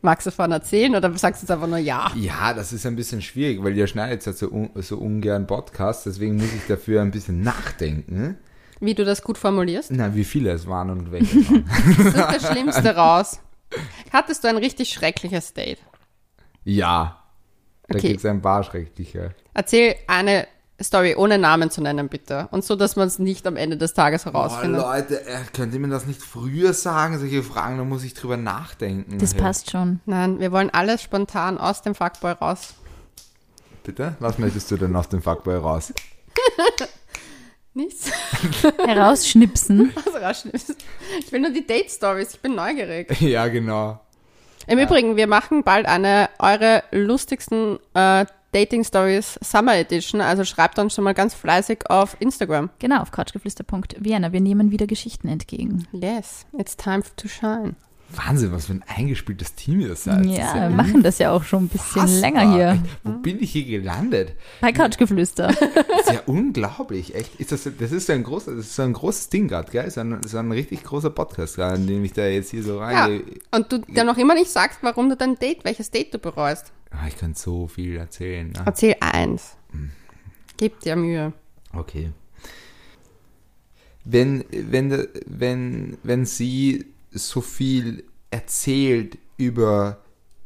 Magst du davon erzählen oder sagst du jetzt einfach nur ja?
ja, das ist ein bisschen schwierig, weil ihr schneidet ja so, un so ungern Podcasts, deswegen muss ich dafür ein bisschen nachdenken,
Wie du das gut formulierst?
na, wie viele es waren und welche es waren.
Das ist das Schlimmste raus. Hattest du ein richtig schreckliches Date?
Ja, da
Okay.
gibt es ein paar schreckliche.
Erzähl eine Story ohne Namen zu nennen, bitte. Und so, dass man es nicht am Ende des Tages
Oh,
herausfindet.
Leute, äh, könnt ihr mir das nicht früher sagen, solche Fragen, da muss ich drüber nachdenken.
Das
Hey.
passt schon.
Nein, wir wollen alles spontan aus dem Fuckboy raus.
Bitte? Was möchtest du denn aus dem Fuckboy raus?
Nichts,
Herausschnipsen.
was raschen ist. Ich will nur die Date-Stories, ich bin neugierig.
ja, genau.
Im Übrigen, wir machen bald eine eure lustigsten äh, Dating-Stories Summer Edition. Also schreibt uns schon mal ganz fleißig auf Instagram.
Genau, auf couchgeflüster.vienna. Wir nehmen wieder Geschichten entgegen.
Yes, it's time to shine.
Wahnsinn, was für ein eingespieltes Team ihr seid. Das ist
Ja, wir machen das ja auch schon ein bisschen
unfassbar.
länger hier.
Echt, Wo bin ich hier gelandet?
Bei Couchgeflüster.
Das ist ja unglaublich, echt. Ist das, das ist so ein großer, das ist so ein großes Ding gerade, gell? So ein, so ein richtig großer Podcast gerade, in dem ich da jetzt hier so
Ja,
rein.
und du dir noch immer nicht sagst, warum du dein Date, welches Date du bereust.
Ah, ich kann so viel erzählen. Ne?
Erzähl eins. Gib dir Mühe.
Okay. Wenn, wenn, wenn, wenn sie so viel erzählt über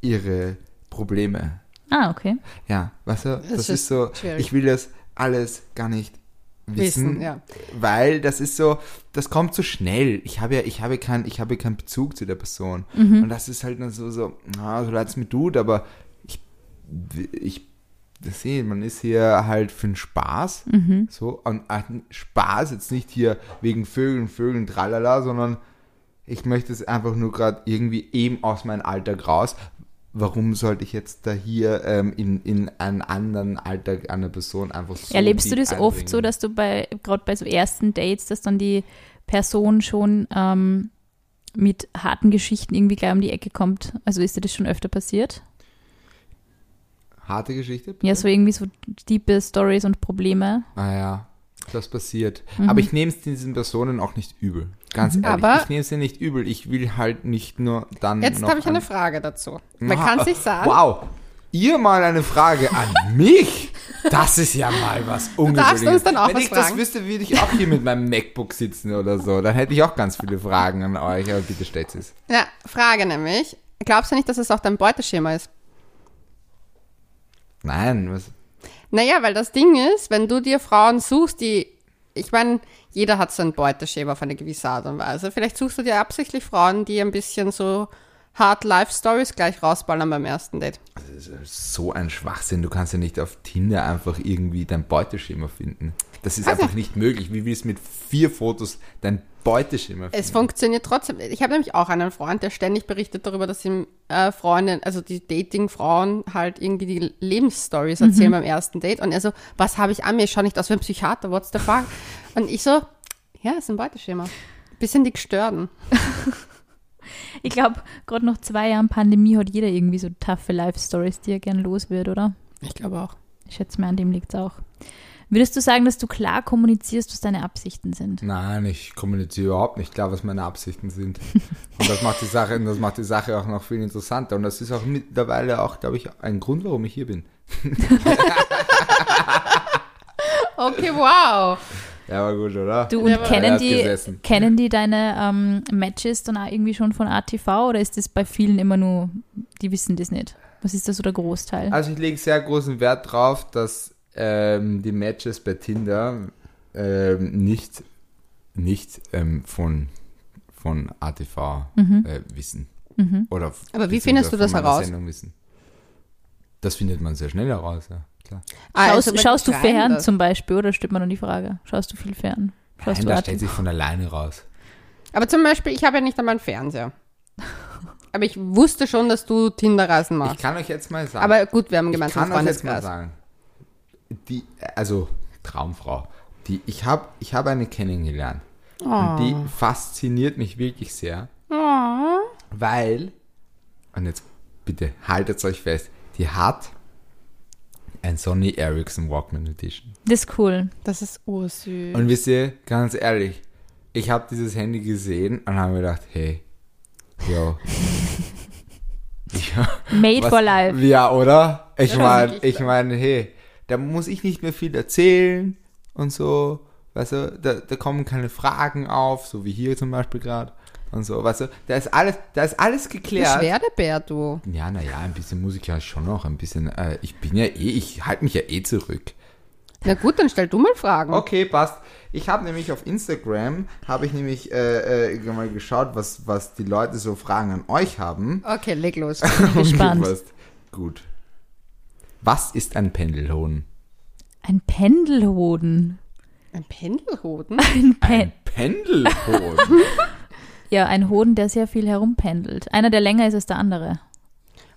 ihre Probleme,
Ah, okay.
ja, weißt du, das
ist
ist so,
schwierig.
ich will das alles gar nicht wissen,
Wissen, ja.
weil das ist so, das kommt so schnell. Ich habe ja, ich habe keinen, ich habe keinen Bezug zu der Person.
Mhm.
Und das ist halt dann so, so, na, so leid es mir tut, aber ich, ich, das sehe, ich, man ist hier halt für den Spaß,
Mhm.
so, und an Spaß jetzt nicht hier wegen Vögeln, Vögeln, tralala, sondern ich möchte es einfach nur gerade irgendwie eben aus meinem Alltag raus. Warum sollte ich jetzt da hier ähm, in, in einen anderen Alltag einer Person einfach so
Erlebst
tief
du das oft so,
einbringen?
dass du bei, gerade bei so ersten Dates, dass dann die Person schon ähm, mit harten Geschichten irgendwie gleich um die Ecke kommt? Also ist dir das schon öfter passiert?
Harte Geschichte?
Ja, so irgendwie so tiefe Stories und Probleme.
Naja, das passiert.
Mhm.
Aber ich nehme es diesen Personen auch nicht übel. Ganz ehrlich,
Aber-
ich nehme es ihnen nicht übel. Ich will halt nicht nur dann
Jetzt
noch
habe ich eine
an-
Frage dazu. Man
Na,
kann
äh,
sich sagen,
Wow, ihr mal eine Frage an mich? Das ist ja mal was Ungewöhnliches.
uns dann auch
Wenn
was
ich das
fragen.
wüsste, würde ich auch hier mit meinem MacBook sitzen oder so. Dann hätte ich auch ganz viele Fragen an euch. Aber bitte stellt es.
ja, Frage nämlich, glaubst du nicht, dass es auch dein Beuteschema ist?
Nein, was?
Naja, weil das Ding ist, wenn du dir Frauen suchst, die, ich meine, jeder hat so ein Beuteschema auf eine gewisse Art und Weise. Vielleicht suchst du dir absichtlich Frauen, die ein bisschen so hard life stories gleich rausballern beim ersten Date.
so ein Schwachsinn. Du kannst ja nicht auf Tinder einfach irgendwie dein Beuteschema finden. Das ist
Also
einfach nicht möglich. Wie willst du mit vier Fotos dein Beuteschema finden?
Es funktioniert trotzdem. Ich habe nämlich auch einen Freund, der ständig berichtet darüber, dass ihm äh, Freundinnen, also die Dating-Frauen halt irgendwie die Lebensstories
Mhm.
erzählen beim ersten Date. Und er so, was habe ich an mir? Ich schaue nicht aus wie ein Psychiater, what's the fuck? Und ich so, ja, ist ein Beuteschema. Bisschen die Gestörten.
Ich glaube, gerade nach zwei Jahren Pandemie hat jeder irgendwie so taffe Life-Stories, die er gern los wird, oder?
Ich glaube auch.
Ich schätze mal, an dem liegt es auch. Würdest du sagen, dass du klar kommunizierst, was deine Absichten sind?
Nein, ich kommuniziere überhaupt nicht klar, was meine Absichten sind. Und das macht die Sache, das macht die Sache auch noch viel interessanter. Und das ist auch mittlerweile auch, glaube ich, ein Grund, warum ich hier bin.
Okay, wow.
Ja, war gut, oder?
Du, und
Ja, aber-
Er
kennen,
hat
die,
gesessen.
kennen die deine ähm, Matches dann auch irgendwie schon von ATV oder ist das bei vielen immer nur, die wissen das nicht? Was ist das so der Großteil?
Also ich lege sehr großen Wert drauf, dass ähm, die Matches bei Tinder ähm, nicht, nicht ähm, von, von ATV
Mhm.
äh, wissen. Oder
Aber wie
wissen
findest
oder
du das
von meiner
heraus?
Sendung wissen. Das findet man sehr schnell heraus, ja. Klar.
schaust
Also,
schaust du
schreiben
fern
das.
zum Beispiel oder stellt man noch die Frage? Schaust du viel fern? Schaust
Nein, das
du
stellt
ATV?
sich von alleine raus.
Aber zum Beispiel, ich habe ja nicht einmal einen Fernseher. Aber ich wusste schon, dass du Tinder-Reisen
Ich
machst.
kann euch jetzt mal sagen.
Aber gut, wir haben einen
ich
gemeinsamen
kann euch jetzt mal
Freundeskreis.
sagen. Die, also Traumfrau. Die, ich habe ich hab eine kennengelernt. Und die
Oh.
fasziniert mich wirklich sehr. Weil, und jetzt bitte haltet euch fest, die hat ein Sony Ericsson Walkman Edition.
Das ist cool.
Das ist ursüß.
Und wisst ihr, ganz ehrlich, ich habe dieses Handy gesehen und habe mir gedacht, hey, yo. ja,
Made
was-
for life.
Ja, oder? Ich meine,
wirklich
ich meine, hey, da muss ich nicht mehr viel erzählen und so. Weißt du, da, da kommen keine Fragen auf, so wie hier zum Beispiel gerade und so. Weißt du, da ist alles, da ist alles geklärt.
Beschwerdebär, du.
Ja, naja, ein bisschen muss ich ja schon noch, ein bisschen. Äh, ich bin ja eh, ich halte mich ja eh zurück.
Na gut, dann stell du mal
Mhm.
Fragen.
Okay, passt. Ich habe nämlich auf Instagram, habe ich nämlich äh, äh, mal geschaut, was, was die Leute so Fragen an euch haben.
Okay, leg los.
gespannt.
Umgefasst. Gut. Was ist ein Pendelhuhn?
Ein Pendelhoden.
Ein Pendelhoden?
Ein Pen
Ein Pendelhuhn?
ja, ein Hoden, der sehr viel herumpendelt. Einer, der länger ist als der andere.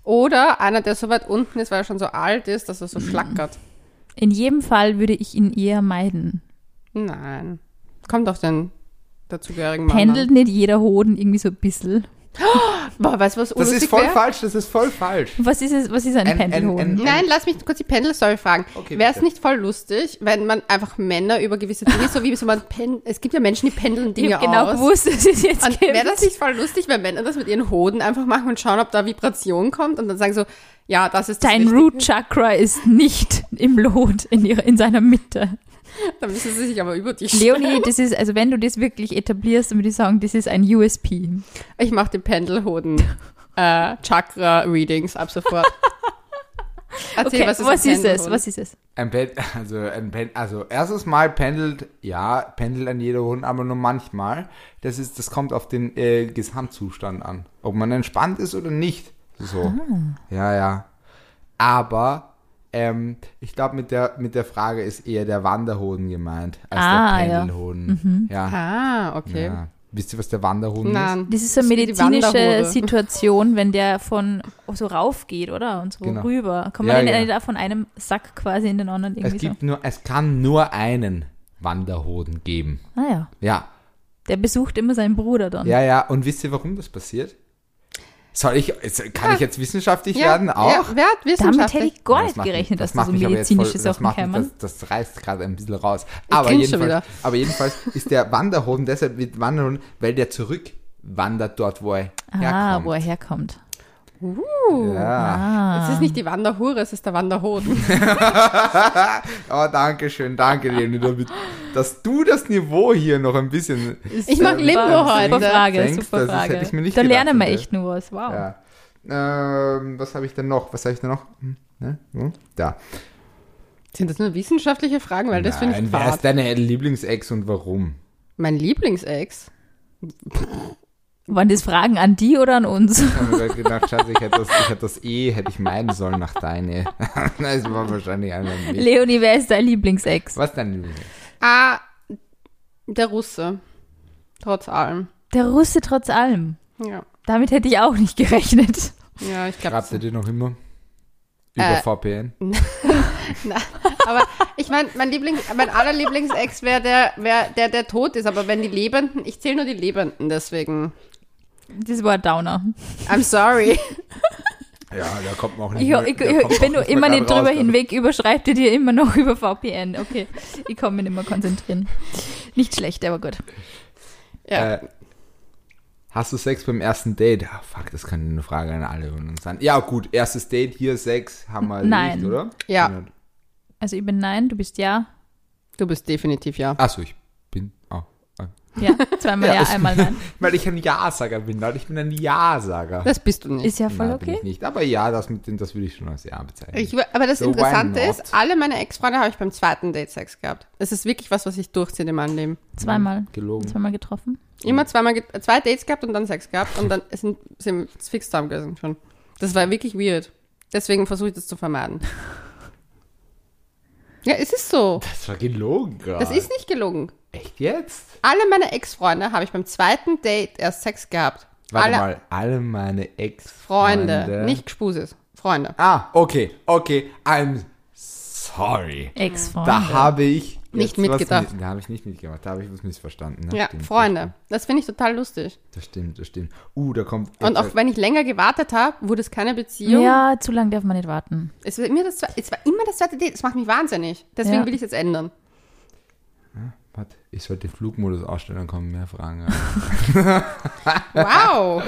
Oder einer, der so weit unten ist, weil er schon so alt ist, dass er so schlackert.
In jedem Fall würde ich ihn eher meiden.
Nein. Kommt auf den dazugehörigen Mann
Pendelt nicht jeder Hoden irgendwie so ein bisschen.
an. Boah, weißt du, was
Das
unlustig
ist voll
wär?
falsch, das ist voll falsch.
Was ist, es, was ist ein,
Ein- ein-
Pendelhoden?
ein-
Nein, lass mich kurz die Pendel-Story fragen.
Okay,
Wäre es
bitte.
nicht voll lustig, wenn man einfach Männer über gewisse Dinge, so wie so man pen, es gibt ja Menschen, die pendeln
ich
Dinge
habe genau
aus.
gewusst, dass es jetzt
Und
gibt.
wäre das nicht voll lustig, wenn Männer das mit ihren Hoden einfach machen und schauen, ob da Vibration kommt und dann sagen so, ja, das ist das
Dein
Richtige.
Root Chakra ist nicht im Lot, in, ihrer, in seiner Mitte.
Dann müssen sie sich aber über dich
Leonie, das ist, also wenn du das wirklich etablierst, dann würde ich sagen, das ist ein USP.
Ich mache die Pendelhoden äh, Chakra Readings ab sofort. Erzähl,
Okay,
was ist,
was
ein
ist es?
Pendelhund?
Was ist es?
Ein Pen also ein Pen also erstes Mal pendelt, ja, pendelt ein jeder Hund, aber nur manchmal. Das ist, das kommt auf den äh, Gesamtzustand an. Ob man entspannt ist oder nicht. So.
Ah.
Ja, ja. Aber ähm, ich glaube, mit der, mit der Frage ist eher der Wanderhoden gemeint als
Ah, ja. Mhm.
der Pendelhoden. Ja.
Ah, okay.
ja. Wisst ihr, was der Wanderhoden ist?
Nein.
Das ist so eine
Das ist wie die Wanderhure.
medizinische Situation, wenn der von so rauf geht, oder? Und so
Genau.
rüber. Kann
Ja,
man den
genau.
da von einem Sack quasi in den anderen
Es
irgendwie so.
gibt nur, es kann nur einen Wanderhoden geben.
Ah ja.
Ja.
Der besucht immer seinen Bruder dann.
Ja, ja, und wisst ihr, warum das passiert? Soll ich, jetzt- kann ich jetzt wissenschaftlich
Ja,
werden auch?
Ja, wert,
Damit hätte
wissenschaftlich.
ich gar
Das
nicht
macht mich-
gerechnet, dass da
macht
so
mich aber jetzt
medizinische
das
Sachen
macht mich-
kämen.
Das, das reißt gerade ein bisschen raus. Aber
cringe schon
jedenfalls,
wieder.
aber jedenfalls ist der Wanderhoden deshalb mit Wanderhoden, weil der zurückwandert dort, wo er
Ah, wo
herkommt.
er herkommt.
ja.
Es ist nicht die Wanderhure, es ist der Wanderhoden.
Oh, danke schön, danke, Leonid, dass du das Niveau hier noch ein bisschen...
Ich mag Limbo
Super,
heute.
super Frage,
Denkst,
super
das ist-
Frage.
hätte ich mir nicht
da
gedacht,
lernen wir
oder?
echt nur was. Wow.
Ja. Ähm, was habe ich denn noch? Was habe ich denn noch? Hm, ne? Hm? Da.
Sind das nur wissenschaftliche Fragen? Weil das finde ich
Nein, wer ist
fad.
deine Lieblingsex und warum?
Mein Lieblingsex?
Waren das Fragen an die oder an uns?
Ich habe mir gerade gedacht, Schatz, ich hätte das, ich hätte das eh, hätte ich meiden sollen nach deine. das war wahrscheinlich einer nicht.
Leonie, wer ist dein Lieblingsex?
Was ist dein Lieblingsex?
Ah, der Russe. Trotz allem.
Der Russe trotz allem.
Ja,
Damit hätte ich auch nicht gerechnet.
ja ich glaube.
Schreibt ihr dir noch immer? Über
Äh,
VPN?
Aber ich meine, mein Lieblings, mein aller Lieblingsex wäre der, wär der, der tot ist. Aber wenn die Lebenden, ich zähle nur die Lebenden, deswegen.
Das war ein Downer.
I'm sorry.
Ja, da kommt man auch
Ich, ich, ich, wenn du immer nicht drüber hinweg überschreibst, dir immer noch über VPN. Okay, ich kann mich nicht mehr konzentrieren. Nicht schlecht, aber gut.
Ja.
Äh, Hast du Sex beim ersten Date? Ah, fuck, das kann eine Frage an alle von uns sein. Ja, gut, erstes Date, hier Sex, haben wir
Nein.
nicht, oder?
Ja.
Also ich bin nein, du bist ja.
Du bist definitiv ja.
Achso, ich bin auch.
Ja, zweimal ja,
ist-
einmal nein.
Weil ich ein Ja-Sager bin, Leute. Ich bin ein Ja-Sager.
Das bist du nicht.
Ist ja voll
Nein, bin
okay.
ich nicht. Aber ja, das mit dem, das würde ich schon als Ja bezeichnen.
Ich, wür- aber das
So, why
Interessante
not?
ist, alle meine Ex-Freunde habe ich beim zweiten Date Sex gehabt. Es ist wirklich was, was ich durchziehe in meinem Leben.
Zweimal.
Hm, Gelogen.
Zweimal getroffen.
Mhm.
Immer zweimal, ge- zwei Dates gehabt und dann Sex gehabt und dann sind, sind wir fix zusammengesessen schon. Das war wirklich weird. Deswegen versuche ich das zu vermeiden. Ja, es ist so.
Das war gelogen gerade.
Das ist nicht gelungen.
Echt jetzt?
Alle meine Ex-Freunde habe ich beim zweiten Date erst Sex gehabt.
Warte
alle
mal, alle meine
Freunde,
Ex-Freunde.
nicht Gspuses. Freunde.
Ah, okay, okay. I'm sorry.
Ex-Freund.
Da habe ich. jetzt
Nicht
was
mitgedacht.
miss- da habe ich nicht mitgemacht. Da habe ich was missverstanden. Das
Ja,
stimmt,
Freunde. Das finde ich total lustig.
Das stimmt, das stimmt. Uh, da kommt.
Und auch wenn ich länger gewartet habe, wurde es keine Beziehung.
Ja, zu lange darf man nicht warten.
Es war, immer das, zwe- es war immer das zweite Date. Das macht mich wahnsinnig. Deswegen
Ja.
will ich es jetzt ändern.
Warte, ich sollte den Flugmodus ausstellen, dann kommen mehr Fragen. rein.
Wow.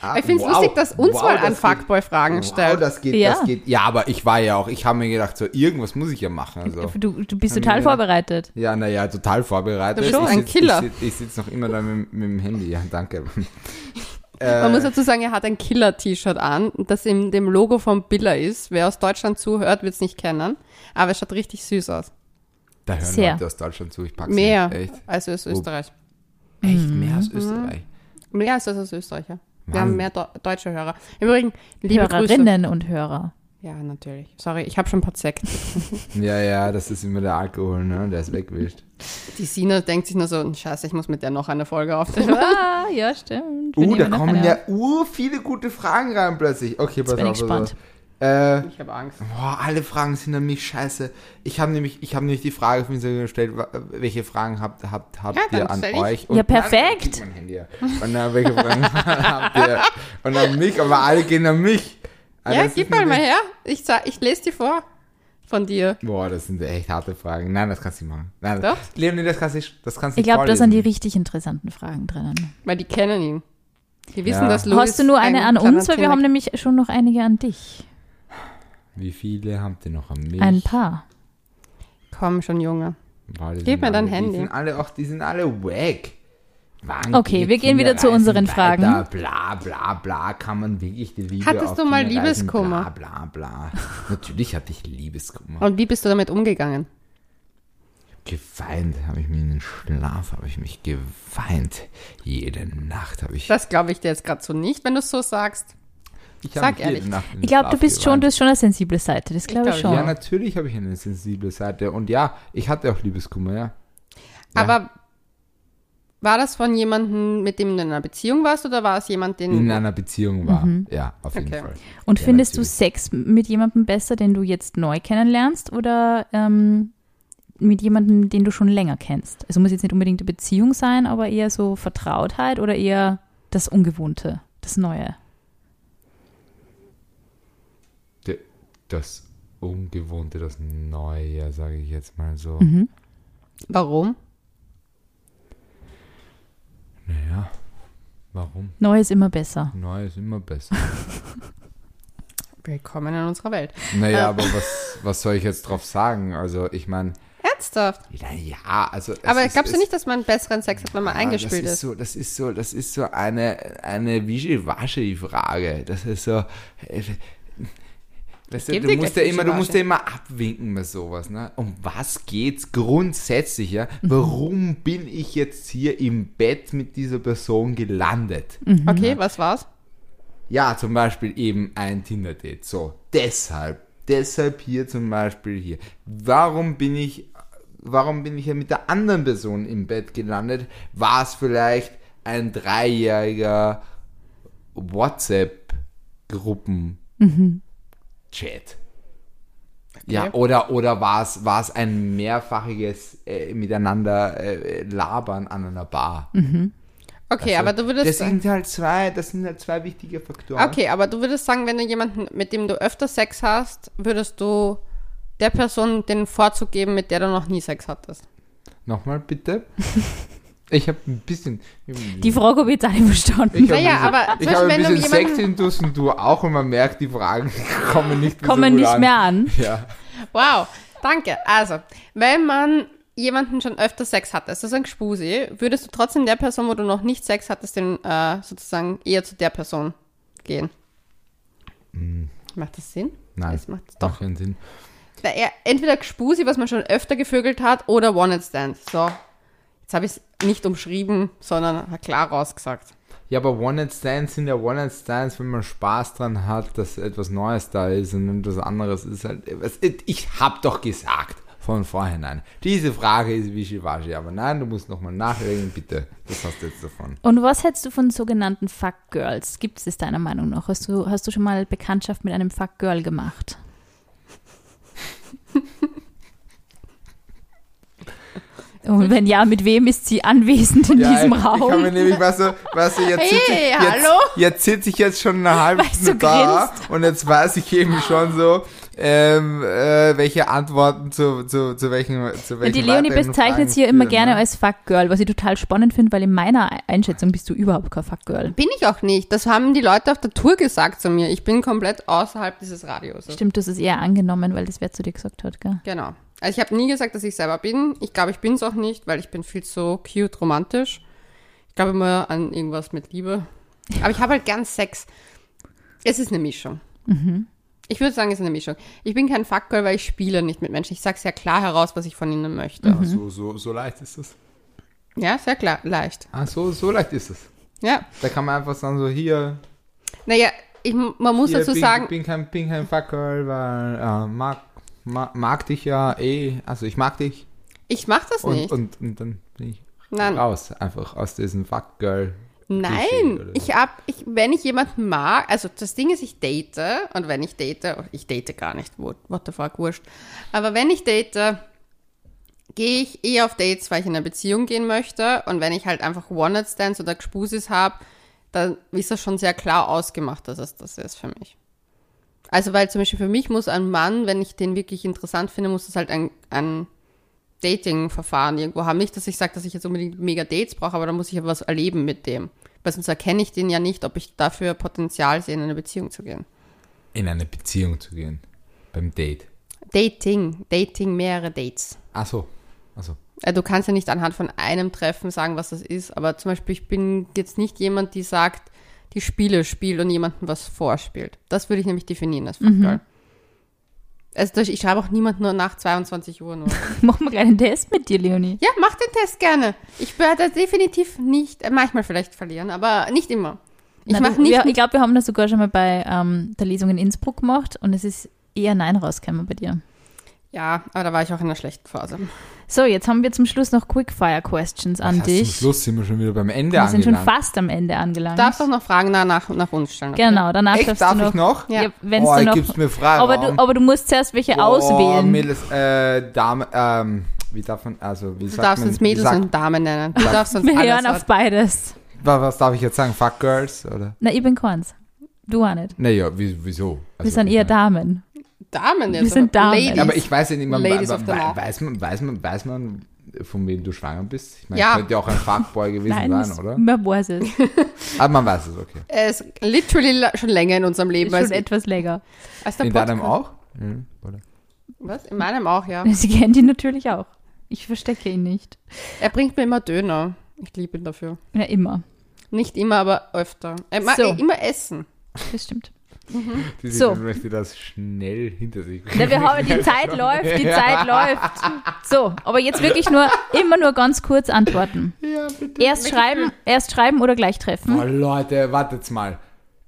Ah,
ich finde es
wow.
lustig, dass uns
Wow,
mal
das
an
geht-
Fuckboy-Fragen
Wow,
stellt.
das geht,
Ja.
das geht. Ja, aber ich war ja auch, ich habe mir gedacht, so irgendwas muss ich ja machen. Also.
Du, du bist total
Ja.
vorbereitet.
Ja, naja, total vorbereitet.
Du bist
ich
ein
sitz-
Killer.
Ich sitze sitz noch immer da mit, mit dem Handy. Ja, danke.
Man muss dazu sagen, er hat ein Killer-T-Shirt an, das in dem Logo von Billa ist. Wer aus Deutschland zuhört, wird es nicht kennen. Aber es schaut richtig süß aus.
Da hören
Sehr.
Leute aus Deutschland zu. Ich pack's
Mehr Mhm.
Nicht. Echt? Oh.
als aus Österreich.
Echt? Mehr aus Österreich?
Mehr als das aus Österreich, Hm, ja. Wir
Mann.
haben mehr Deu- deutsche Hörer. Übrigens, liebe Grüße.
Hörerinnen und Hörer.
Ja, natürlich. Sorry, ich habe schon ein paar Sekt.
Ja, ja, das ist immer der Alkohol, ne? Der ist wegwischt.
Die Sina denkt sich nur so, "Hm, scheiße, ich muss mit der noch eine Folge aufnehmen.
Ah, ja, stimmt. Wir
Uh, da
nehmen noch
kommen
eine
ja
auf.
uh, viele gute Fragen rein plötzlich. Okay, pass
bin
auf.
ich
pass auf. Äh,
Ich habe Angst.
boah, alle Fragen sind an mich scheiße. Ich habe nämlich, ich habe nämlich die Frage auf Instagram gestellt, wa- welche Fragen habt, habt, habt
Ja, dann
ihr an
stell ich-
euch?
Ja, perfekt.
Dann, mein Handy. her. Und dann welche Fragen habt ihr? Und an mich, aber alle gehen an mich. Ah,
Ja,
das
gib
ist
mal mal
natürlich-
her. Ich, sag- ich lese die vor. Von dir.
Boah, das sind echt harte Fragen. Nein, das kannst du nicht machen. Nein,
Doch.
Leonie, das kannst du nicht, das kannst du
Ich
nicht
glaube, da sind
vorlesen.
die richtig interessanten Fragen drinnen.
Weil die kennen ihn. Die wissen,
Ja.
dass Louis
Hast du nur eine
ein
an uns? Weil
kleiner
wir haben nämlich schon noch einige an dich.
Wie viele habt ihr noch an mich?
Ein paar.
Komm schon, Junge.
Boah, die
Gib
sind
mir dein
alle,
Handy.
Die sind alle, auch, die sind alle wack. Wann
Okay,
geht
wir gehen wieder zu
Kinderreisen
unseren Fragen.
Weiter? Bla bla bla, kann man wirklich die Liebe
Hattest
auf
du mal
Kinderreisen?
Liebeskummer?
Bla bla bla. Natürlich hatte ich Liebeskummer.
Und wie bist du damit umgegangen?
Geweint habe ich mir in den Schlaf, habe ich mich geweint. Jede Nacht habe ich.
Das glaube ich dir jetzt gerade so nicht, wenn du es so sagst.
ich
sag
habe mich jede
ehrlich.
Nacht in den
Ich glaube, du
Schlaf
bist schon,
geweint.
du hast schon eine sensible Seite, das glaube ich,
glaub,
schon.
Ja, natürlich habe ich eine sensible Seite. Und ja, ich hatte auch Liebeskummer, ja. Ja.
Aber war das von jemandem, mit dem du in einer Beziehung warst oder war es jemand,
Mhm.
den.
In einer Beziehung war. Ja, auf jeden
Okay.
Fall.
Und
Ja,
findest
natürlich.
du Sex mit jemandem besser, den du jetzt neu kennenlernst oder ähm, mit jemandem, den du schon länger kennst? Also muss jetzt nicht unbedingt eine Beziehung sein, aber eher so Vertrautheit oder eher das Ungewohnte, das Neue.
D- das Ungewohnte, das Neue, sage ich jetzt mal so.
Mhm.
Warum?
Naja, warum?
Neu ist immer besser.
Neu ist immer besser.
Willkommen in unserer Welt.
Naja, aber was, was soll ich jetzt drauf sagen? Also, ich meine,
Ernsthaft.
ja, also. es
Aber
ist-
glaubst du
es-
nicht, dass man besseren Sex hat, wenn man
Ah,
eingespielt ist?
das ist. So, das ist so, das ist so eine, eine Wischiwaschi-Frage. Das ist so. äh, Weißt du,
geb
du,
dir
musst ja
gleich
immer, du
Wischiwaschi.
musst ja immer abwinken bei sowas. Ne? Um was geht's grundsätzlich? Ja?
Mhm.
Warum bin ich jetzt hier im Bett mit dieser Person gelandet?
Okay, was war's?
Ja, zum Beispiel eben ein Tinder-Date. So, deshalb, deshalb hier zum Beispiel hier. Warum bin ich, warum bin ich ja mit der anderen Person im Bett gelandet? War es vielleicht ein dreijähriger WhatsApp-Gruppen-Chat? Ja, oder, oder war es, war es ein mehrfachiges äh, Miteinander äh, labern an einer Bar?
Okay,
Also,
aber du würdest.
das sind halt zwei, das sind halt zwei wichtige Faktoren.
Okay, aber du würdest sagen, wenn du jemanden, mit dem du öfter Sex hast, würdest du der Person den Vorzug geben, mit der du noch nie Sex hattest.
Nochmal bitte. Ich habe ein bisschen.
Die Frage habe ich jetzt auch nicht verstanden.
ich hab
Naja,
ein
aber zum
bisschen, ich habe ein
Beispiel, wenn du
bisschen Sex
jemanden-
intus und du auch und man merkt, die Fragen kommen nicht mehr
Kommen
so gut
nicht
an.
mehr an.
Ja.
Wow, danke. Also, wenn man jemanden schon öfter Sex hatte, das ist ein Gspusi, würdest du trotzdem der Person, wo du noch nicht Sex hattest, den, äh, sozusagen eher zu der Person gehen? Macht das Sinn?
Hm. Nein.
Das macht doch.
keinen Sinn.
Na, eher- Entweder Gspusi, was man schon öfter gevögelt hat, oder One-Night-Stand. So. Jetzt habe ich es nicht umschrieben, sondern klar rausgesagt.
Ja, aber One-Night-Stands sind ja One-Night-Stands, wenn man Spaß dran hat, dass etwas Neues da ist und etwas anderes ist halt. Was, ich hab doch gesagt von vorhinein. Diese Frage ist wischiwaschi, aber nein, du musst nochmal nachlegen, bitte. Das hast du jetzt davon.
Und was hältst du von sogenannten Fuck Girls? Gibt es das deiner Meinung nach? Hast du, hast du schon mal Bekanntschaft mit einem Fuck Girl gemacht? Und wenn ja, mit wem ist sie anwesend in diesem
ich, Ich kann mir
Raum?
nämlich, weißt du, weißt du jetzt,
Hey,
sitze ich, jetzt,
hallo?
jetzt sitze ich jetzt schon eine halbe
Weißt du,
Stunde da und jetzt weiß ich eben schon so, ähm, äh, welche Antworten zu, zu, zu welchen, zu welchen
Und die Leonie
weiteren
bezeichnet
Fragen
sie ja immer
führen,
gerne
ne?
als Fuck Girl, was ich total spannend finde, weil in meiner Einschätzung bist du überhaupt kein Fuck Girl.
Bin ich auch nicht. Das haben die Leute auf der Tour gesagt zu mir. Ich bin komplett außerhalb dieses Radios.
Stimmt, das ist eher angenommen, weil das wer zu dir gesagt hat, gell?
Genau. Also ich habe nie gesagt, dass ich selber bin. Ich glaube, ich bin es auch nicht, weil ich bin viel zu cute, romantisch. Ich glaube immer an irgendwas mit Liebe. Aber ich habe halt gern Sex. Es ist eine Mischung. Ich würde sagen, es ist eine Mischung. Ich bin kein Fuckgirl, weil ich spiele nicht mit Menschen. Ich sage sehr klar heraus, was ich von ihnen möchte.
Mhm.
Ah, so, so, so leicht ist es.
Ja, sehr klar, leicht.
Ah, so, so leicht ist es.
Ja.
Da kann man einfach sagen, so hier,
Naja, ich, man muss
hier
dazu
bin,
sagen,
bin kein, bin kein Fuckgirl, weil äh, mag, mag, mag dich ja eh, also ich mag dich
ich mache das
und,
nicht.
und, und dann bin ich
Nein.
raus, einfach aus diesem Fuckgirl. Klischee
Nein,
oder so.
ich hab, ich, wenn ich jemanden mag, also das Ding ist, ich date und wenn ich date, ich date gar nicht, what, what the fuck, wurscht. Aber wenn ich date, gehe ich eh auf Dates, weil ich in eine Beziehung gehen möchte und wenn ich halt einfach One-Night-Stands oder Gspusis habe, dann ist das schon sehr klar ausgemacht, dass es das ist für mich. Also weil zum Beispiel für mich muss ein Mann, wenn ich den wirklich interessant finde, muss das halt ein, ein Dating-Verfahren irgendwo haben. Nicht, dass ich sage, dass ich jetzt unbedingt mega Dates brauche, aber da muss ich aber was erleben mit dem. Weil sonst erkenne ich den ja nicht, ob ich dafür Potenzial sehe, in eine Beziehung zu gehen.
in eine Beziehung zu gehen. Beim Date.
Dating, Dating, mehrere Dates.
Ach so. Also,
Äh, Du kannst ja nicht anhand von einem Treffen sagen, was das ist, aber zum Beispiel, ich bin jetzt nicht jemand, die sagt, die Spiele spielt und jemandem was vorspielt. Das würde ich nämlich definieren als Fuckgirl. Also das- ich schreibe auch niemand nur nach 22 Uhr nur.
Machen wir gleich einen Test mit dir, Leonie.
ja, mach den Test gerne. Ich werde definitiv nicht, äh, manchmal vielleicht verlieren, aber nicht immer. Ich
Nein,
mache
wir-
nicht,
Wir, ich glaube, wir haben das sogar schon mal bei ähm, der Lesung in Innsbruck gemacht und es ist eher Nein rausgekommen bei dir.
ja, aber da war ich auch in einer schlechten Phase.
So, jetzt haben wir zum Schluss noch Quickfire-Questions an
Das heißt,
dich.
Zum Schluss sind wir schon wieder beim Ende
wir sind schon
angelangt.
fast am Ende angelangt.
Du darfst auch noch Fragen nach, nach, nach uns stellen. okay?
Genau, danach
Echt,
darfst
darf
du noch.
ich noch?
Ja.
Ja, wenn's
oh,
du
du
noch
gibst mir Fragen.
aber, du, aber du musst zuerst welche
Oh,
auswählen.
Mädels, äh, Dame, ähm, wie darf man, also, wie
Du
sagt
darfst
man,
uns Mädels
sagt,
und Damen nennen. Du darfst uns
wir
alles
hören auf beides.
wa- was darf ich jetzt sagen? Fuck Girls, oder?
Na, ich bin keins. Du auch nicht.
Naja, wie- wieso?
Wir sind eher Damen.
Damen jetzt.
Wir sind
aber
Damen.
Ladies.
Ja, aber ich weiß ja nicht, man,
Ladies
we-
of the
we-
Law.
weiß, man, weiß, man, weiß man, von wem du schwanger bist? Ich meine,
Ja.
es könnte ja auch ein Fuckboy gewesen
Nein,
sein,
das-
oder?
man weiß es.
Aber man weiß es, okay.
Er ist literally la- schon länger in unserem Leben
Schon
als,
etwas länger.
als der
In deinem
Podcast.
auch? Mhm, oder?
Was? In meinem auch, ja.
Sie kennt ihn natürlich auch. Ich verstecke ihn nicht.
Er bringt mir immer Döner. Ich liebe ihn dafür.
Ja, immer.
Nicht immer, aber öfter. Er mag
So.
immer essen.
Das stimmt.
Die
So.
Sibylle möchte das schnell hinter sich bringen.
Na, wir haben, die Zeit läuft, die Zeit läuft. So, aber jetzt wirklich nur, immer nur ganz kurz antworten.
Ja, bitte.
Erst schreiben, erst schreiben oder gleich treffen.
Oh, Leute, wartet's mal.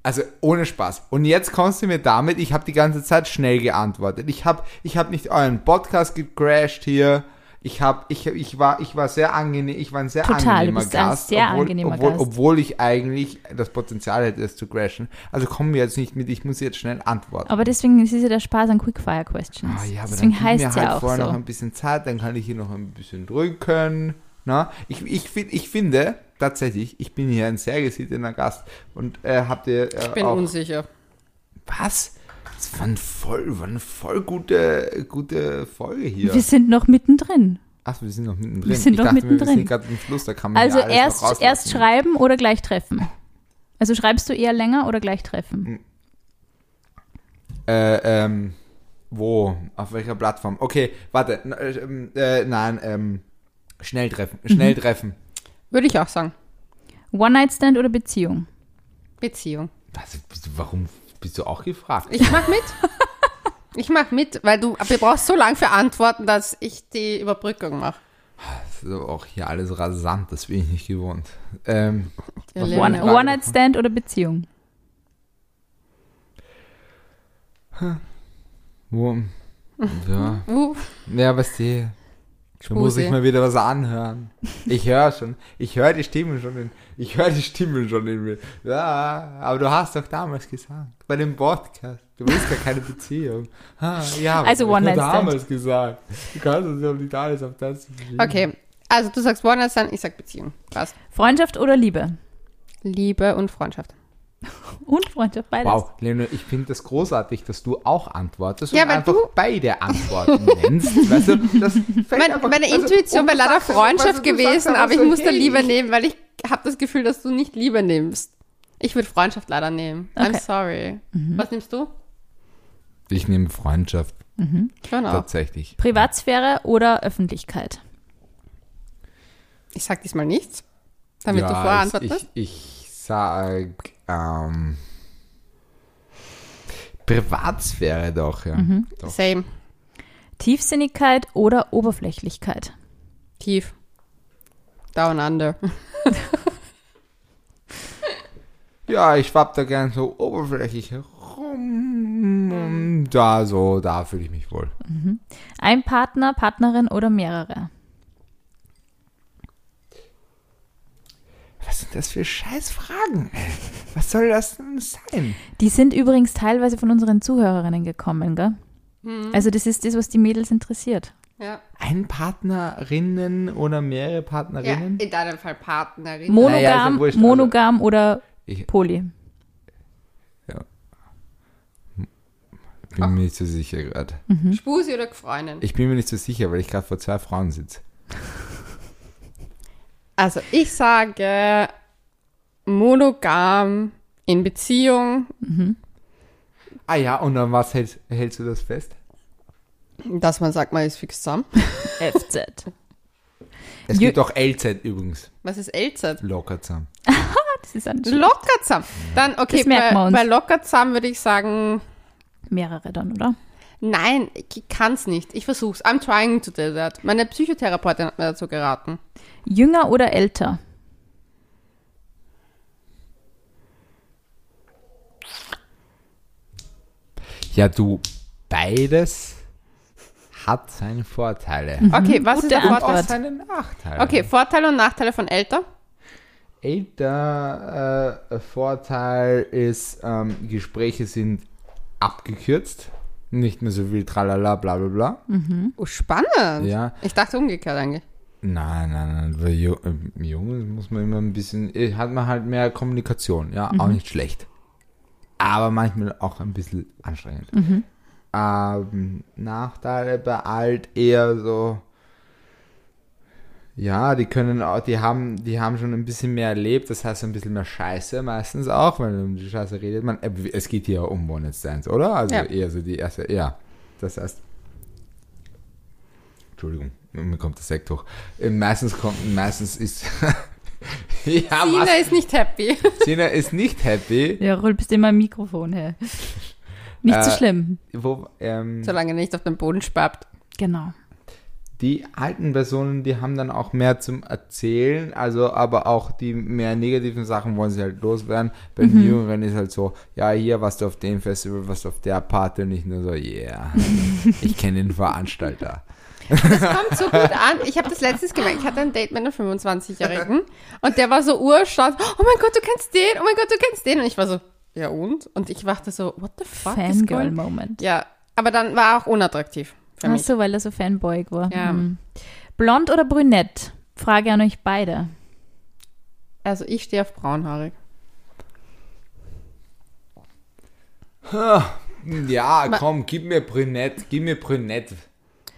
Also ohne Spaß. Und jetzt kommst du mir damit, ich habe die ganze Zeit schnell geantwortet. Ich habe ich hab nicht euren Podcast gecrashed hier. Ich habe ich, ich war ich war sehr angenehm, ich war ein sehr
Total, du
angenehmer
bist ein
Gast,
sehr
obwohl,
angenehmer
obwohl,
Gast.
obwohl ich eigentlich das Potenzial hätte es zu crashen. Also kommen wir jetzt nicht mit, ich muss jetzt schnell antworten.
Aber deswegen ist es ja der Spaß an Quickfire Questions.
Ah ja, aber
deswegen
dann
heißt
gib
es
mir
ja
halt
auch
vorher noch
so.
ein bisschen Zeit, dann kann ich hier noch ein bisschen drücken. Na, ich, ich, find, ich finde tatsächlich, ich bin hier ein sehr gesittener Gast und äh, habt ihr äh,
Ich bin
auch,
unsicher.
was? Das war eine voll, war eine voll gute, gute Folge hier.
Wir sind noch mittendrin.
Ach, wir sind noch mittendrin.
Wir sind
ich
noch
dachte, Wir,
mittendrin.
wir sind gerade im Fluss, da kann man
Also
ja alles noch
erst,
rauslassen.
erst schreiben oder gleich treffen. Also schreibst du eher länger oder gleich treffen?
Äh, ähm, wo? Auf welcher Plattform? Okay, warte. n- äh, ähm, Äh, nein, ähm, schnell treffen. Schnell
Mhm.
treffen.
Würde ich auch sagen.
One-Night-Stand oder Beziehung?
Beziehung.
Was, warum bist du auch gefragt?
Ich mach mit. Ich mach mit, weil du, du brauchst so lange für Antworten, dass ich die Überbrückung mache.
So, auch hier alles rasant, das bin ich nicht gewohnt. Ähm, Was Ja,
One-
ja.
One-Night-Stand oder Beziehung?
wo, ja,
Uh,
ja, was die. Da muss ich
Spusi.
mal wieder was anhören. Ich höre schon, ich höre die Stimmen schon in, ich höre die Stimmen schon in mir. Ja, aber du hast doch damals gesagt, bei dem Podcast, du willst gar keine Beziehung. Ha, ja,
Also
was hab ich nur
One-Night-Stand.
damals gesagt. Du kannst uns ja nicht alles auf das beziehen.
okay. Also du sagst One Night Stand, ich sag Beziehung. Passt.
Freundschaft oder Liebe?
Liebe und Freundschaft.
Und Freundschaft, beides.
Wow, Lena, ich finde das großartig, dass du auch antwortest
Ja,
und
weil
einfach
du-
beide Antworten nennst. Weißt du, das fällt
Meine,
einfach-
meine
also,
Intuition
und
wäre
du
leider
sagst einfach, weißt
Freundschaft
du, du sagst
gewesen,
einfach
aber ich
so,
musste
hey,
Liebe
ich-
nehmen, weil ich habe das Gefühl, dass du nicht Liebe nimmst. Ich würde Freundschaft leider nehmen.
Okay.
I'm sorry. Was nimmst du?
Ich nehme Freundschaft
Schon auch.
tatsächlich.
Privatsphäre oder Öffentlichkeit?
Ich sag diesmal nichts, damit du
Ja,
vorher
es-
antwortest.
Ich, ich sag ähm, Privatsphäre doch, ja.
Mhm.
Doch.
Same.
Tiefsinnigkeit oder Oberflächlichkeit?
Tief. Down under.
Ja, ich schwapp da gern so oberflächlich herum. Und da so, da fühle ich mich wohl.
Ein Partner, Partnerin oder mehrere?
Was sind das für Scheißfragen? ey? Was soll das denn sein?
Die sind übrigens teilweise von unseren Zuhörerinnen gekommen, gell?
Hm.
Also das ist das, was die Mädels interessiert.
Ja.
Ein Partnerinnen oder mehrere
ja.
Partnerinnen?
In deinem Fall Partnerin.
Monogam,
Naja, ist ja wurscht, also
monogam oder
Ich
Poly?
bin mir nicht so sicher gerade.
Spusi oder Freundin.
Ich bin mir nicht so sicher, weil ich gerade vor zwei Frauen sitze.
Also ich sage monogam in Beziehung.
Ah ja, und an was hältst, hältst du das fest?
Dass man sagt, man ist fix zusammen.
FZ.
Es
Jü-
gibt auch LZ übrigens.
Was ist LZ?
Locker zusammen.
Das ist ein
Lockerzam. Dann, okay,
Das merken wir
bei,
uns.
bei Lockerzam würde ich sagen,
mehrere dann, oder?
nein, ich kann's nicht. Ich versuch's. I'm trying to do that. Meine Psychotherapeutin hat mir dazu geraten.
Jünger oder älter?
Ja, du, beides hat seine Vorteile.
Okay, was ist
Gute
der Vorteil?
Antwort.
Auch seine Nachteile.
Mhm. Okay, Vorteile und Nachteile von älter.
Älter äh, Vorteil ist, ähm, Gespräche sind abgekürzt. Nicht mehr so viel tralala, bla bla bla.
Oh, spannend.
Ja.
Ich dachte umgekehrt eigentlich.
Nein, nein, nein. Bei Ju- ähm, Jungen muss man immer ein bisschen, eh, hat man halt mehr Kommunikation. Ja, auch nicht schlecht. Aber manchmal auch ein bisschen anstrengend. Ähm, Nachteile bei alt eher so. Ja, die können auch, die haben, die haben schon ein bisschen mehr erlebt, das heißt ein bisschen mehr Scheiße meistens auch, wenn man um die Scheiße redet. Man, äh, es geht hier um One Night Stands, oder? Also
Ja.
eher so die erste, ja. Das heißt, Entschuldigung, mir kommt der Sekt hoch. Äh, Meistens kommt, meistens ist, ja,
Tina
Ah, was?
ist nicht happy.
Sina ist nicht happy.
Ja, Rol, bist immer im Mikrofon, hey. Nicht so
Äh,
schlimm.
Wo, ähm,
Solange er nicht auf den Boden spappt.
Genau.
die alten Personen, die haben dann auch mehr zum Erzählen, also aber auch die mehr negativen Sachen wollen sie halt loswerden. Bei den Jüngeren ist halt so, ja, hier warst du auf dem Festival, warst du auf der Party und nicht nur so, yeah, ich kenne den Veranstalter.
kommt so gut an. Ich habe das letztens gemerkt. Ich hatte ein Date mit einem 25-Jährigen und der war so urstolz. Oh mein Gott, du kennst den. Oh mein Gott, du kennst den. Und ich war so, ja und? Und ich dachte so, what the fuck is going on?
Fangirl-Moment.
Ja, aber dann war er auch unattraktiv für
Ach
mich.
so, weil er so fanboyig war.
Ja.
Hm. Blond oder brünett? Frage an euch beide.
Also ich stehe auf braunhaarig.
Ja, komm, gib mir Brünett, gib mir Brünett.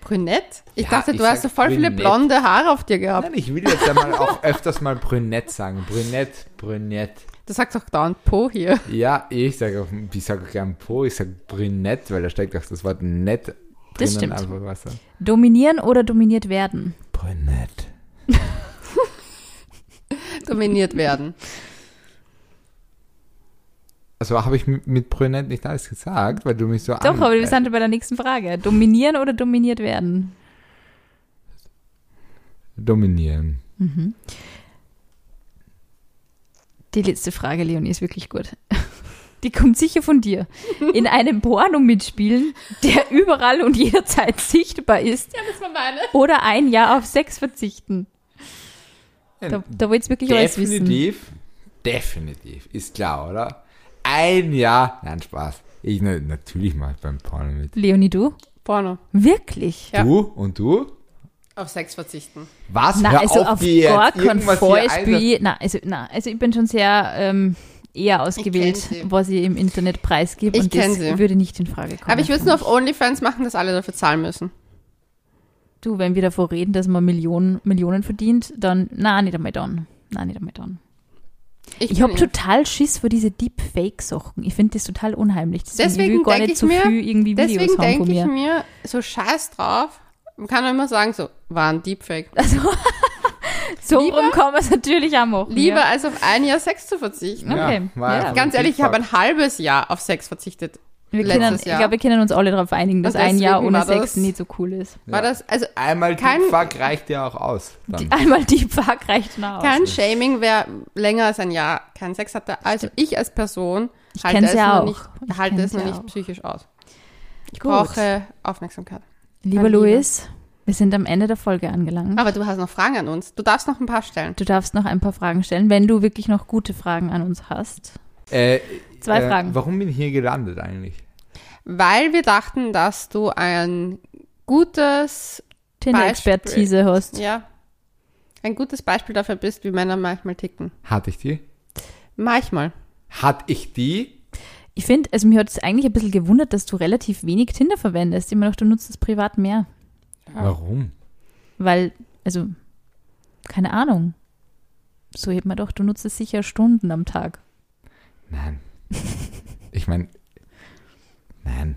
Brünett? Ich
Ja,
dachte,
ich
du hast so
sag
voll viele
brünett.
blonde Haare auf dir gehabt.
Nein, ich will jetzt einmal auch öfters mal Brünett sagen. Brünett, Brünett.
Du sagst doch dauernd Po hier.
Ja, ich sage ich sag auch gern Po, ich sage Brünett, weil da steckt auch das Wort nett drin.
Das
und
stimmt.
Einfach was da-
Dominieren oder dominiert werden?
Brünett.
Dominiert werden.
Also habe ich mit, mit Brünett nicht alles gesagt, weil du mich so
Doch, aber wir sind bei der nächsten Frage. Dominieren oder dominiert werden?
dominieren.
Die letzte Frage, Leonie, ist wirklich gut. Die kommt sicher von dir. In einem Porno mitspielen, der überall und jederzeit sichtbar ist,
Das war meine.
oder ein Jahr auf Sex verzichten. Da, da wollt ihr wirklich alles wissen.
definitiv, definitiv, ist klar, oder? Ein Jahr, nein, Spaß. Ich ne, natürlich mache ich beim Porno mit.
Leonie, du?
Porno.
Wirklich?
Ja.
Du und du?
Auf Sex verzichten.
Was?
Na,
Hör
also
auf,
auf
dir jetzt
gar keinen
irgendwas
Fall
hier
spiel
ein-
ich- na, also, na, also ich bin schon sehr ähm, eher ausgewählt,
kenn sie.
was ich im Internet preisgebe
Ich
und das
kenn sie.
würde nicht in Frage kommen.
Aber ich würde es nur auf OnlyFans machen, dass alle dafür zahlen müssen.
Du, wenn wir davor reden, dass man Millionen, Millionen verdient, dann, na, nicht einmal dann. Na, nicht einmal dann. Ich
bin
habe
in-
total Schiss vor diese Deepfake-Sachen. Ich finde das total unheimlich. Deswegen, ich will
Deswegen
gar
denk
nicht
ich
zu
mir-
viel irgendwie Videos
Deswegen
haben von
denke ich
mir.
mir, so scheiß drauf, man kann immer sagen, so, war ein Deepfake.
so
lieber-
rum kann man es natürlich auch machen.
Lieber
Ja.
als auf ein Jahr Sex zu verzichten.
Ja. Okay,
war
ja.
einfach
Ganz
ein
ehrlich, ich
Tick-Tock.
habe ein halbes Jahr auf Sex verzichtet.
Wir
letztes
können, ich
Jahr.
glaube, wir können uns alle darauf einigen, dass
Und
ein Jahr
deswegen
ohne
war
Sex
das-
nicht so cool ist.
War das, also
Einmal
Kein-
kein Fuck reicht ja auch aus. Dann.
Die, einmal Deepfake reicht nach.
kein Shaming, wer länger als ein Jahr keinen Sex hatte. Also ich als Person
Ich
halte
kenn's
es
ja
noch
auch.
nicht,
Ich
halte es
kenn's
noch
ja
nicht
auch.
psychisch aus. Ich
Gut. Mhm.
brauche Aufmerksamkeit.
Lieber
Mein Lieber.
Luis, wir sind am Ende der Folge angelangt.
Aber du hast noch Fragen an uns. Du darfst noch ein paar stellen.
Du darfst noch ein paar Fragen stellen, wenn du wirklich noch gute Fragen an uns hast.
Äh,
Zwei
äh,
Fragen.
Warum bin ich hier gelandet eigentlich?
Weil wir dachten, dass du ein gutes
Tinder-Expertise hast.
Ja. Ein gutes Beispiel dafür bist, wie Männer manchmal ticken.
Hatte ich die?
Manchmal.
Hatte ich die?
Ich finde, also mir hat es eigentlich ein bisschen gewundert, dass du relativ wenig Tinder verwendest. Ich meine, du nutzt es privat mehr.
Warum?
Weil, also, keine Ahnung. So hebt man doch, du nutzt es sicher Stunden am Tag.
Nein. Ich meine, nein.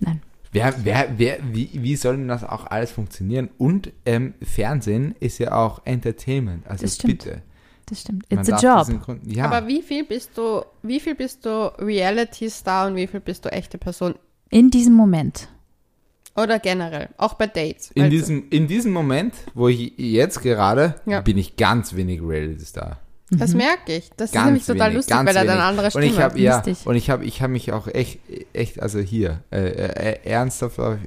Nein.
Wer, wer, wer, wie, wie soll denn das auch alles funktionieren? Und ähm, Fernsehen ist ja auch Entertainment. Also
Das stimmt.
bitte.
Das stimmt.
Man
It's a
darf
job.
diesen Grund- Ja.
Aber wie viel bist du, wie viel bist du Reality-Star und wie viel bist du echte Person?
In diesem Moment.
Oder generell, auch bei Dates.
in,
Also,
diesem, in diesem Moment, wo ich jetzt gerade,
Ja.
bin ich ganz wenig Reality-Star.
Das merke ich. Das ist
Mhm. Ganz
nämlich total
wenig,
lustig,
ganz
weil er dann
wenig.
andere Stimme
Und ich habe ja,
Lustig.
und ich habe, ich habe mich auch echt, echt, also hier äh, äh, äh, ernsthaft auf,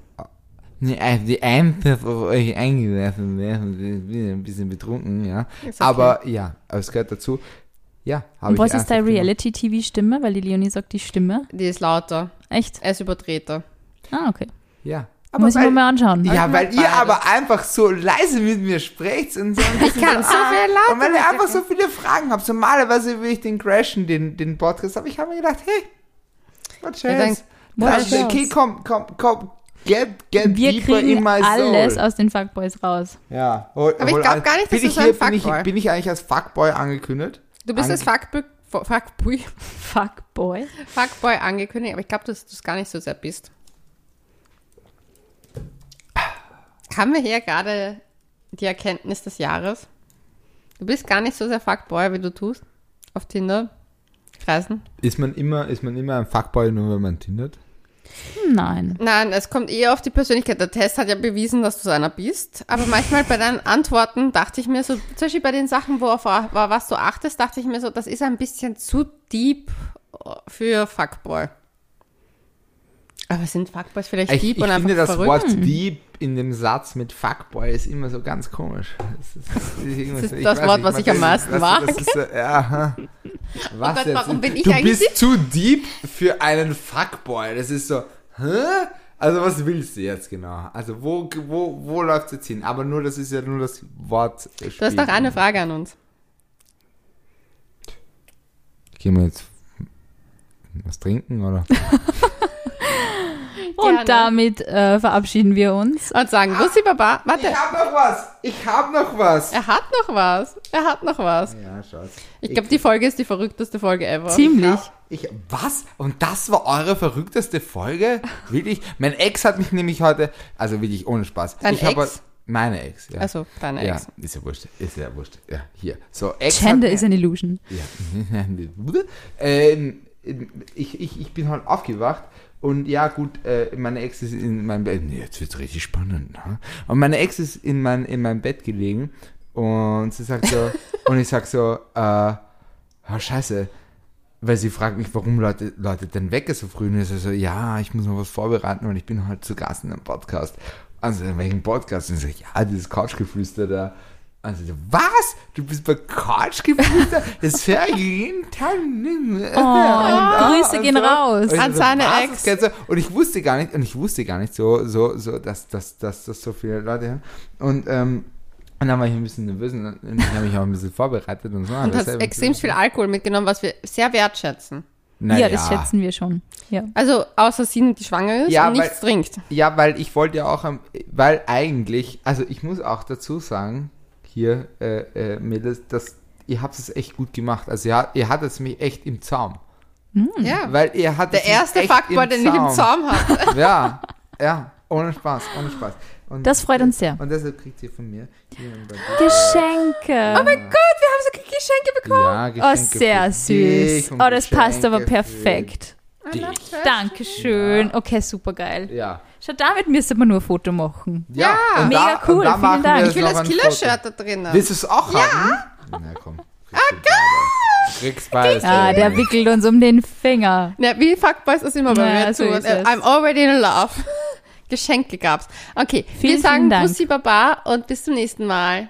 ne, äh, die ernsthaft auf euch eingelassen, ne, und ich bin ein bisschen betrunken, ja.
Ist okay.
Aber ja, aber es gehört dazu. Ja, habe
Und
ich
was ist
ernsthaft
deine
gemacht.
Reality-TV-Stimme? Weil die Leonie sagt, die Stimme.
Die ist lauter.
Echt?
Er ist überdrehter.
Ah, okay.
Ja.
Muss ich
weil-
mir mal anschauen.
Ja, weil ihr
beides.
aber einfach so leise mit mir sprecht und so. Ich Ah,
kann so viel lauter
Und weil
mit
ihr
dir
einfach so viele Fragen habt. So, Normalerweise würde ich den crashen, den, den Podcast, aber ich habe mir gedacht, hey, what
Ja, dann-
chance? Das,
what
okay,
chance?
komm, komm, komm, get, get
Wir
deeper in
kriegen
my
alles
soul.
aus den Fuckboys raus.
Ja. Hol,
Aber ich
hol
glaub
an-
gar nicht, dass
bin
du
ich
so ein
hier, bin
Fuckboy-
ich, bin ich eigentlich als Fuckboy angekündigt?
Du bist
Ange-
als Fuckboy, Fuckboy,
Fuckboy?
Fuckboy angekündigt, aber ich glaube, dass du es gar nicht so sehr bist. Haben wir hier gerade die Erkenntnis des Jahres? Du bist gar nicht so sehr Fuckboy, wie du tust. Auf Tinder. Kreisen.
Ist man immer, ist man immer ein Fuckboy, nur wenn man tindert?
Nein.
Nein, es kommt eher auf die Persönlichkeit. Der Test hat ja bewiesen, dass du so einer bist. Aber manchmal bei deinen Antworten dachte ich mir so, zum Beispiel bei den Sachen, wo auf auf was du achtest, dachte ich mir so, das ist ein bisschen zu deep für Fuckboy. Aber sind Fuckboys vielleicht
Ich,
deep
ich
und einfach
finde das
verrückt?
Wort deep in dem Satz mit Fuckboy ist immer so ganz komisch. Das ist, das ist irgendwas-
Das ist
ich
das
weiß
Wort, was ich am
das-
meisten
das-
mag. Oh
Das ist so, ja, aha. was
Gott,
jetzt?
warum bin ich
du
eigentlich
bist zu deep für einen Fuckboy. Das ist so, hä? Also was willst du jetzt genau? Also wo, wo, wo läuft es jetzt hin? Aber nur, das ist ja nur das Wort.
Du hast noch eine Frage an uns.
Gehen wir jetzt was trinken, oder?
Gerne.
Und damit äh, verabschieden wir uns.
Und sagen, Bussi Baba, warte,
Ich hab noch was! Ich hab noch was!
er hat noch was. Er hat noch was.
Ja, schaut.
Ich glaube, die Folge ist die verrückteste Folge ever.
Ziemlich.
Ich, was? Und das war eure verrückteste Folge? Wirklich? Mein Ex hat mich nämlich heute, also wirklich ohne Spaß.
Dein
ich habe-
Ex?
meine Ex, ja.
Also, deine
ja,
Ex.
ist ja wurscht, ist ja wurscht. Ja, hier. So, Ex. hat
Gender
mir-
ist an Illusion.
ja. ähm, ich, ich, ich bin heute aufgewacht und ja, gut, äh, meine Ex ist in meinem Bett. Nee, jetzt wird's richtig spannend. Ne? Und meine Ex ist in mein, in meinem Bett gelegen und sie sagt so, und ich sag so, äh, oh, scheiße. Weil sie fragt mich, warum Leute, Leute denn weg ist so früh. Und ich so, so, ja, ich muss noch was vorbereiten und ich bin heute zu Gast in einem Podcast. Also, in welchem Podcast? Und ich so, ja, dieses Couchgeflüster da. Also, was? Du bist bei Couchgeflüster? Das höre ich jeden Tag.
Oh, Grüße gehen raus.
An seine Ex.
Ex. Und ich wusste gar nicht, und ich wusste gar nicht so, so, so, dass, dass, dass, dass so viele Leute hören. Und, ähm, und dann war ich ein bisschen nervös und dann- und ich habe mich auch ein bisschen vorbereitet und so.
Und hast extrem viel Alkohol mitgenommen, was wir sehr wertschätzen.
ja, das schätzen wir schon. Ja.
Also außer sie, die schwanger ist
Ja,
und nichts
weil-
trinkt.
Ja, weil ich wollte ja auch, am- weil eigentlich, also ich muss auch dazu sagen, hier, äh, äh, Mädels, dass ihr habt es echt gut gemacht. Also ihr, ihr hattet es mich echt im Zaum.
Hm.
Ja.
Weil ihr hattet
der
mich
erste
echt
Fuckboy, den ich im Zaum habe.
Ja, ja, ohne Spaß, ohne Spaß. Und,
Das freut uns sehr.
Und deshalb kriegt ihr von mir hier ein Baguette.
Geschenke.
mein Gott, wir haben so Geschenke
Ja,
Oh,
Geschenke
sehr
für dich
süß.
und
Oh, das passt
Geschenke
aber
für
perfekt.
Ah,
dich.
Dankeschön. Okay, super geil.
Ja.
Schau, damit müsste man nur ein Foto machen.
Ja,
Ja.
und
Mega cool,
und da
vielen
machen wir
Dank.
jetzt
Ich will
noch
das
ein
Killer-Shirt da drinnen.
Foto. Willst du es auch haben? Na komm. Okay. Kriegst beides.
Ah, der wickelt uns um den Finger.
Na, wie Fuckboys ist immer bei
Ja,
mir
so
zu. Äh,
ist es.
I'm already in love. Geschenke gab's. Okay,
Vielen,
wir sagen
vielen Dank.
Bussi Baba und bis zum nächsten Mal.